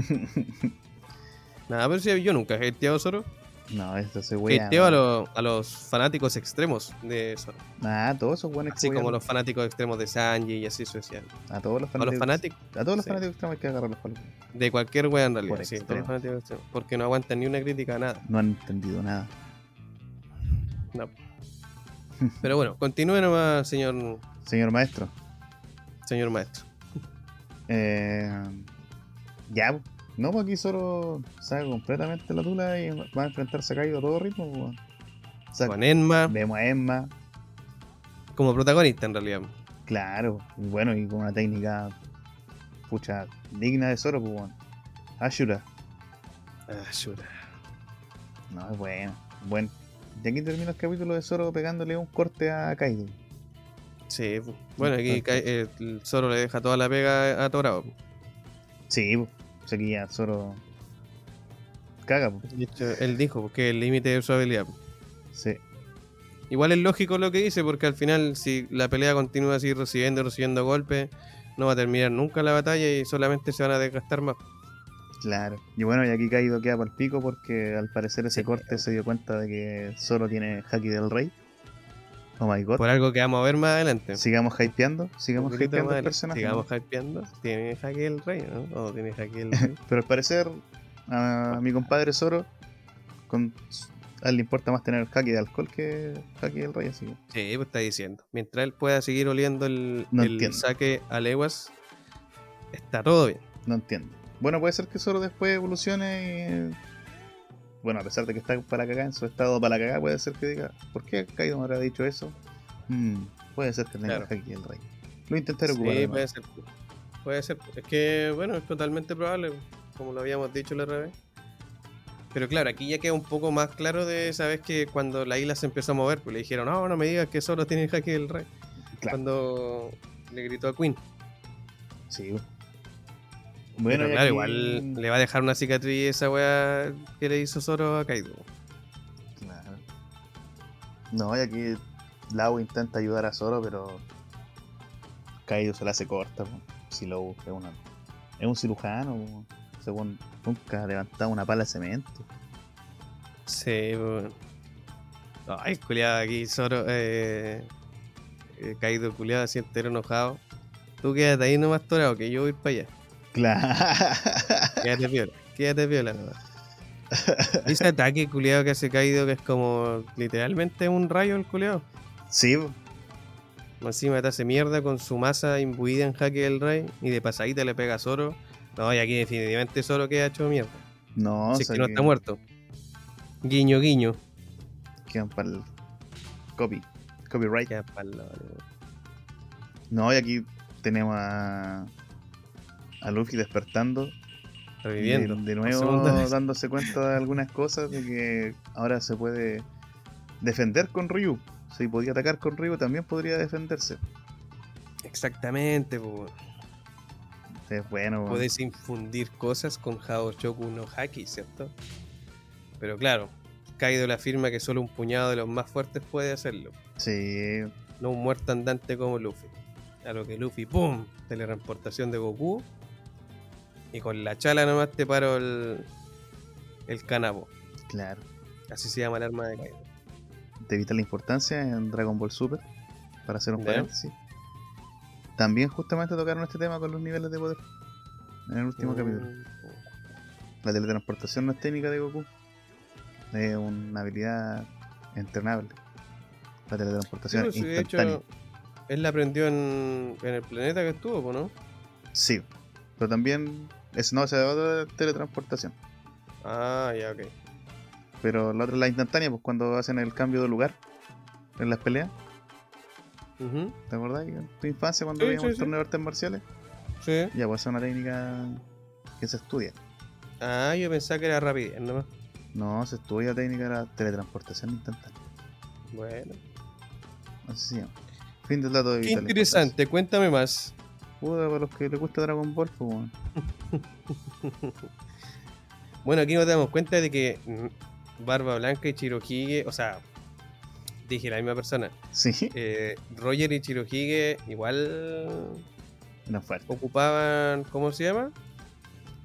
S1: Nada, pero si yo nunca he hateado a Zoro.
S2: no, esto se wea.
S1: Hateo a,
S2: weón.
S1: lo- a los fanáticos extremos de Zoro.
S2: Ah, todos esos buenos que
S1: Así
S2: wean.
S1: como los fanáticos extremos de Sanji y así sucesivamente.
S2: A todos los
S1: A los
S2: fanáticos.
S1: fanáticos
S2: A todos los
S1: sí.
S2: fanáticos extremos hay que agarrar los palos.
S1: de cualquier wea en realidad.
S2: Por
S1: sí,
S2: extremo.
S1: todos los fanáticos extremos, porque no aguantan ni una crítica a nada.
S2: No han entendido nada.
S1: No. Pero bueno, continúe nomás, señor,
S2: Señor maestro,
S1: señor maestro.
S2: eh, ya, po. no, pues aquí Zoro saca completamente la tula y va a enfrentarse a Kaido a todo ritmo. po. O sea,
S1: Con Enma
S2: vemos a Emma,
S1: como protagonista en realidad.
S2: Claro, y bueno, y con una técnica pucha digna de Zoro, pues bueno. Ashura,
S1: Ah, chura.
S2: no, es bueno, bueno. Y aquí termina el capítulo de Zoro pegándole un corte a Kaido.
S1: Sí, pu. bueno, aquí cae- eh, el Zoro le deja toda la pega a Torao.
S2: Sí, pues, o sea que ya Zoro caga, pues.
S1: De hecho, él dijo porque el límite de su habilidad. pu.
S2: Sí,
S1: Igual es lógico lo que dice, porque al final, si la pelea continúa así recibiendo, recibiendo golpes, no va a terminar nunca la batalla y solamente se van a desgastar más.
S2: claro. Y bueno, y aquí Kaido queda por pico porque al parecer ese
S1: Sí.
S2: corte se dio cuenta de que Zoro tiene Haki del Rey. Oh my god.
S1: Por algo que vamos a ver más adelante.
S2: Sigamos hypeando, sigamos
S1: Un poquito
S2: hypeando
S1: más
S2: el
S1: adelante.
S2: personaje.
S1: Sigamos hypeando. Tiene jaque el rey, ¿no? O tiene jaque el rey.
S2: Pero al parecer, a mi compadre Zoro, con, a él le importa más tener haki de alcohol que haki del rey, así que.
S1: sí, pues está diciendo. Mientras él pueda seguir oliendo el,
S2: No
S1: el
S2: entiendo.
S1: saque a leguas, está todo bien.
S2: No entiendo. Bueno, puede ser que Zoro después evolucione y. Bueno, a pesar de que está para cagar en su estado para cagar, puede ser que diga, ¿por qué Kaido me habrá dicho eso? Mm, puede ser que tenga
S1: Claro.
S2: haki del rey. Lo intentaré
S1: sí, pues,
S2: ocupar. además.
S1: puede ser. Puede ser. Es que, bueno, es totalmente probable, como lo habíamos dicho la otra vez. Pero claro, aquí ya queda un poco más claro de, ¿sabes? Que cuando la isla se empezó a mover, pues le dijeron, no, no me digas que solo tiene el jaque del rey.
S2: Claro.
S1: Cuando le gritó a Queen.
S2: Sí.
S1: Bueno,
S2: Bueno, y
S1: claro,
S2: aquí-
S1: igual le va a dejar una cicatriz esa weá que le hizo Zoro a Kaido.
S2: Claro. No, y aquí Lau intenta ayudar a Zoro, pero Kaido se la hace corta. po. Si Lau es, una- es un cirujano, po. según nunca ha levantado una pala de cemento.
S1: Sí, weón. Ay, culiado, aquí Zoro, eh, eh, Kaido, culiado, así entero enojado. Tú quédate ahí nomás torado, que yo voy para allá.
S2: Claro.
S1: Quédate viola, quédate viola nomás. Ese ataque culiado que hace Kaido, que es como literalmente un rayo el culiado.
S2: Sí, po.
S1: Encima te hace mierda con su masa imbuida en jaque del rey y de pasadita le pega a Zoro. No, y aquí definitivamente Zoro queda hecho mierda.
S2: no,
S1: si
S2: o
S1: es
S2: sea
S1: que no
S2: que-
S1: está muerto. Guiño, guiño.
S2: quedan para el copy, copyright.
S1: Ya, palo, weón.
S2: No, y aquí tenemos a, a Luffy despertando
S1: Reviviendo.
S2: De, de
S1: por
S2: nuevo
S1: segunda vez.
S2: dándose cuenta de algunas cosas, de que ahora se puede defender con Ryu. Si podía atacar con Ryu, también podría defenderse.
S1: Exactamente, po.
S2: Entonces, bueno,
S1: Puedes infundir cosas con Haoshoku no Haki, ¿cierto? Pero claro, Kaido le afirma que solo un puñado de los más fuertes puede hacerlo.
S2: sí,
S1: No un muerto andante como Luffy. A lo que Luffy, ¡pum! Teletransportación de Goku. Y con la chala nomás te paro el. el canabo.
S2: claro.
S1: Así se llama el arma de Kaido.
S2: De vital importancia en Dragon Ball Super, para hacer un
S1: Ya.
S2: paréntesis. También justamente tocaron este tema con los niveles de poder. En el
S1: Mm.
S2: último capítulo. La teletransportación no es técnica de Goku. Es una habilidad entrenable.
S1: Sí,
S2: La teletransportación
S1: pues, sí, de
S2: instantánea.
S1: hecho, él la aprendió en, en el planeta que estuvo, po, ¿no?
S2: Sí, pero también es no, esa es otra teletransportación.
S1: Ah, ya, ok.
S2: Pero la otra es la instantánea, pues cuando hacen el cambio de lugar en las peleas.
S1: Ujú.
S2: ¿Te acordás? que En tu infancia, cuando
S1: Sí,
S2: veíamos
S1: sí,
S2: el
S1: sí.
S2: torneo de artes marciales,
S1: Sí.
S2: ya pues es una técnica que se estudia.
S1: Ah, yo pensaba que era rapidez nomás.
S2: No, se estudia la técnica de la teletransportación instantánea.
S1: Bueno.
S2: Así se llama. Fin del dato de
S1: Qué
S2: vital
S1: interesante, cuéntame más.
S2: importancia. Puta, para los que les gusta Dragon Ball, pues bueno.
S1: Bueno, aquí nos damos cuenta de que mm, Barba Blanca y Chirohige, o sea, dije la misma persona.
S2: Sí,
S1: Eh, Roger y Chirohige igual
S2: eran fuertes.
S1: ocupaban, ¿cómo se llama?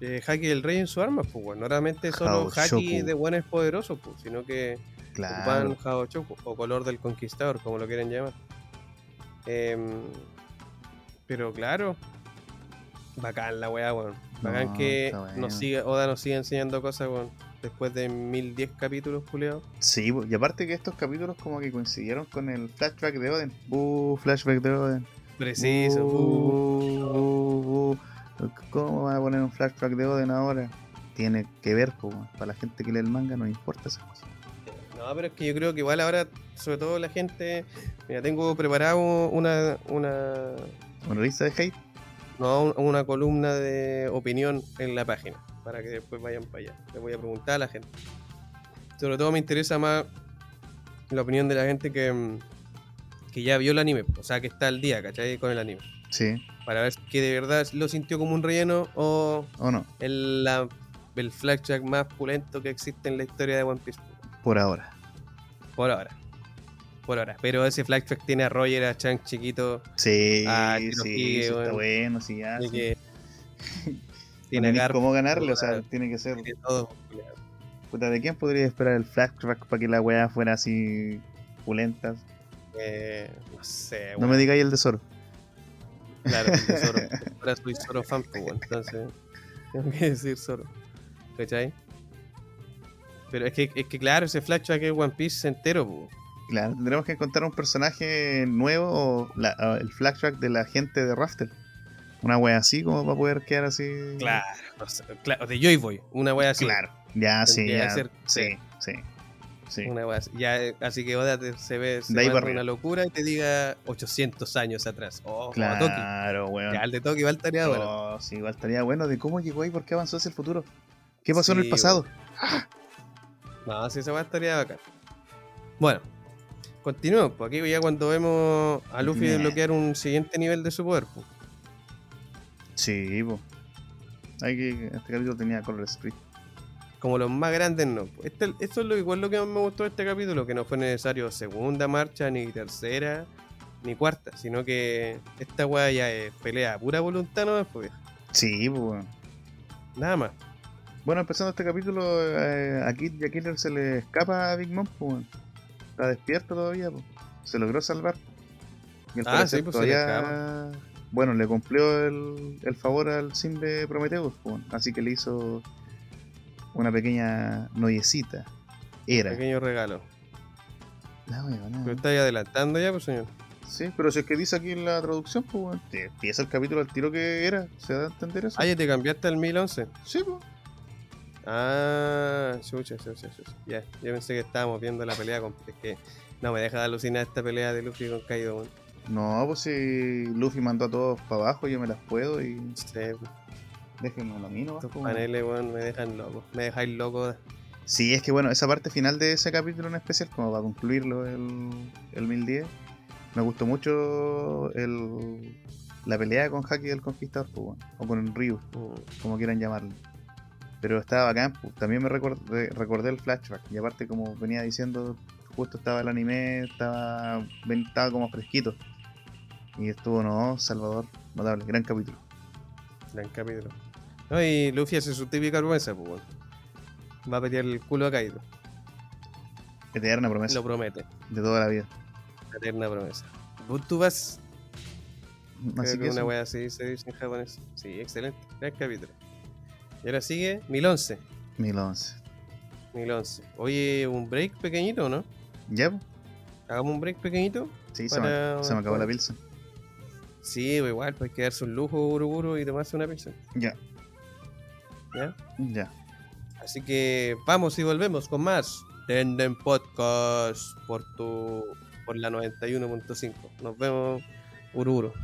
S1: Eh, Haki del Rey en su arma, pues bueno, no realmente solo
S2: Haoshoku.
S1: Haki de buenos poderosos, pues, sino que
S2: Claro.
S1: ocupaban Haoshoku o color del conquistador, como lo quieren llamar. Em, pero claro, bacán la weá, weón. Bacán
S2: No,
S1: que
S2: está bueno.
S1: nos siga, Oda nos sigue enseñando cosas, weón. Después de 1010 capítulos, Julio.
S2: Sí, pues, y aparte que estos capítulos como que coincidieron con el flashback de Oden. Uh, flashback de Oden.
S1: Preciso. uh.
S2: Uh, uh, uh. ¿Cómo van a poner un flashback de Oden ahora? Tiene que ver, po, weón. para la gente que lee el manga no importa esas cosas.
S1: No, pero es que yo creo que igual ahora, sobre todo la gente. Mira, tengo preparado una, una,
S2: Una lista de hate,
S1: no, un- una columna de opinión en la página para que después vayan para allá. Le voy a preguntar a la gente. Sobre todo me interesa más la opinión de la gente que, mm, que ya vio el anime, o sea, que está al día, ¿cachai? Con el anime.
S2: sí,
S1: Para ver que de verdad lo sintió como un relleno o
S2: o no,
S1: el, la- el flashback más pulento que existe en la historia de One Piece.
S2: por ahora.
S1: Por ahora. Por ahora. Pero ese flashback tiene a Roger, a Chang chiquito,
S2: Sí,
S1: Ah, que
S2: sí,
S1: nos sigue,
S2: sí, está
S1: weón.
S2: bueno, sí, ya.
S1: así
S2: Ah, sí.
S1: que tiene
S2: Tiene
S1: a Garp,
S2: cómo ganarle, o sea,
S1: Garp.
S2: tiene que ser.
S1: tiene todo. culiao.
S2: Puta, ¿de quién podría esperar el flashback para que la weá fuera así pulenta?
S1: Eh, no sé,
S2: No
S1: weón.
S2: me digáis el de Zoro.
S1: Claro, porque Zoro. Ahora soy Zoro fan, pues, weón, Entonces, tengo que decir Zoro. ¿Cachai? Pero es que, es que claro, ese flashback es One Piece entero, pues.
S2: Claro, tendremos que encontrar un personaje nuevo o la- o el flashback de la gente de Raftel. Una wea así como para poder quedar así.
S1: Claro, no sé, claro, de Joy Boy, una wea así.
S2: Claro. Ya, sí,
S1: Tendría
S2: ya.
S1: que ser-
S2: sí, sí. sí.
S1: Una wea así. Ya, eh, así que Oda te- se ve se
S2: De ahí
S1: manda
S2: para
S1: una
S2: arriba.
S1: locura y te diga 800 años atrás. Oh, claro. Toki.
S2: Claro, weón.
S1: Ya, el de Toki va al tarea,
S2: Oh, sí, igual estaría bueno de cómo llegó ahí, por qué avanzó hacia el futuro. ¿Qué pasó en
S1: Sí,
S2: el pasado?
S1: No, si esa weá estaría bacán. Bueno, continuemos. Pues aquí ya cuando vemos a Luffy
S2: Meh.
S1: desbloquear un siguiente nivel de su poder. pues.
S2: Sí, po. Hay que. Este capítulo tenía Color Sprint.
S1: Como los más grandes, no. pues. Este- esto es lo igual lo que más me gustó de este capítulo, que no fue necesario segunda marcha, ni tercera, ni cuarta, sino que esta weá ya es pelea a pura voluntad, ¿no? Pues,
S2: Sí, po. weón.
S1: nada más.
S2: Bueno, empezando este capítulo, eh, a Kid y a Killer se le escapa a Big Mom, po. weón. Está despierto todavía, po. Se logró salvar. Y al
S1: Ah,
S2: parecer
S1: sí, pues, se le
S2: todavía. bueno, le cumplió el, el favor al Sim de Prometheus, po, weón. Así que le hizo una pequeña noiecita. Era.
S1: Pequeño regalo.
S2: La weona.
S1: Lo estáis adelantando ya, pues, señor.
S2: Sí, pero si es que dice aquí en la traducción, pues weón, te empieza el capítulo al tiro que era, se da a entender eso.
S1: Ah, ya te cambiaste al 1011.
S2: Sí, pues.
S1: Ah, chucha, chucha, chucha. Ya, yo pensé que estábamos viendo la pelea con. Es que no me deja de alucinar esta pelea de Luffy con Kaido, weón.
S2: No, pues si Luffy mandó a todos para abajo, yo me las puedo y
S1: Sí, estos
S2: déjenme a mí, ¿no?
S1: paneles, weón, me dejan loco. Me dejáis loco.
S2: Sí, es que bueno, esa parte final de ese capítulo en especial, como para concluirlo el, el 1010, me gustó mucho el, la pelea con Haki del Conquistador, pues, weón, o con Ryu,
S1: Mm.
S2: como quieran llamarlo. Pero estaba bacán, pues, también me recordé, recordé el flashback, y aparte como venía diciendo, justo estaba el anime, estaba, ven- estaba como fresquito. Y estuvo, no, Salvador, notable, gran capítulo.
S1: Gran capítulo. No, y Luffy hace su típica promesa, pues, weón. Va a pelear el culo a Kaido.
S2: Eterna promesa
S1: Lo promete.
S2: de toda la vida.
S1: Eterna promesa. Tú vas. Creo
S2: Así
S1: que
S2: que
S1: una
S2: eso.
S1: wea así se dice en japonés. Sí, excelente. Gran capítulo. Y ahora sigue 1011.
S2: 1011.
S1: 1011. Oye, un break pequeñito, ¿no?
S2: ¿Ya? po?
S1: Hagamos un break pequeñito.
S2: Sí, se,
S1: Para-
S2: me, se me acabó la pilsa.
S1: Sí, pues igual, pues hay que darse un lujo, guru, guru, y tomarse una pizza.
S2: Ya,
S1: ¿ya?
S2: ya.
S1: Así que vamos y volvemos con más Tenden Podcast por tu por la 91.5. Nos vemos, Ururo.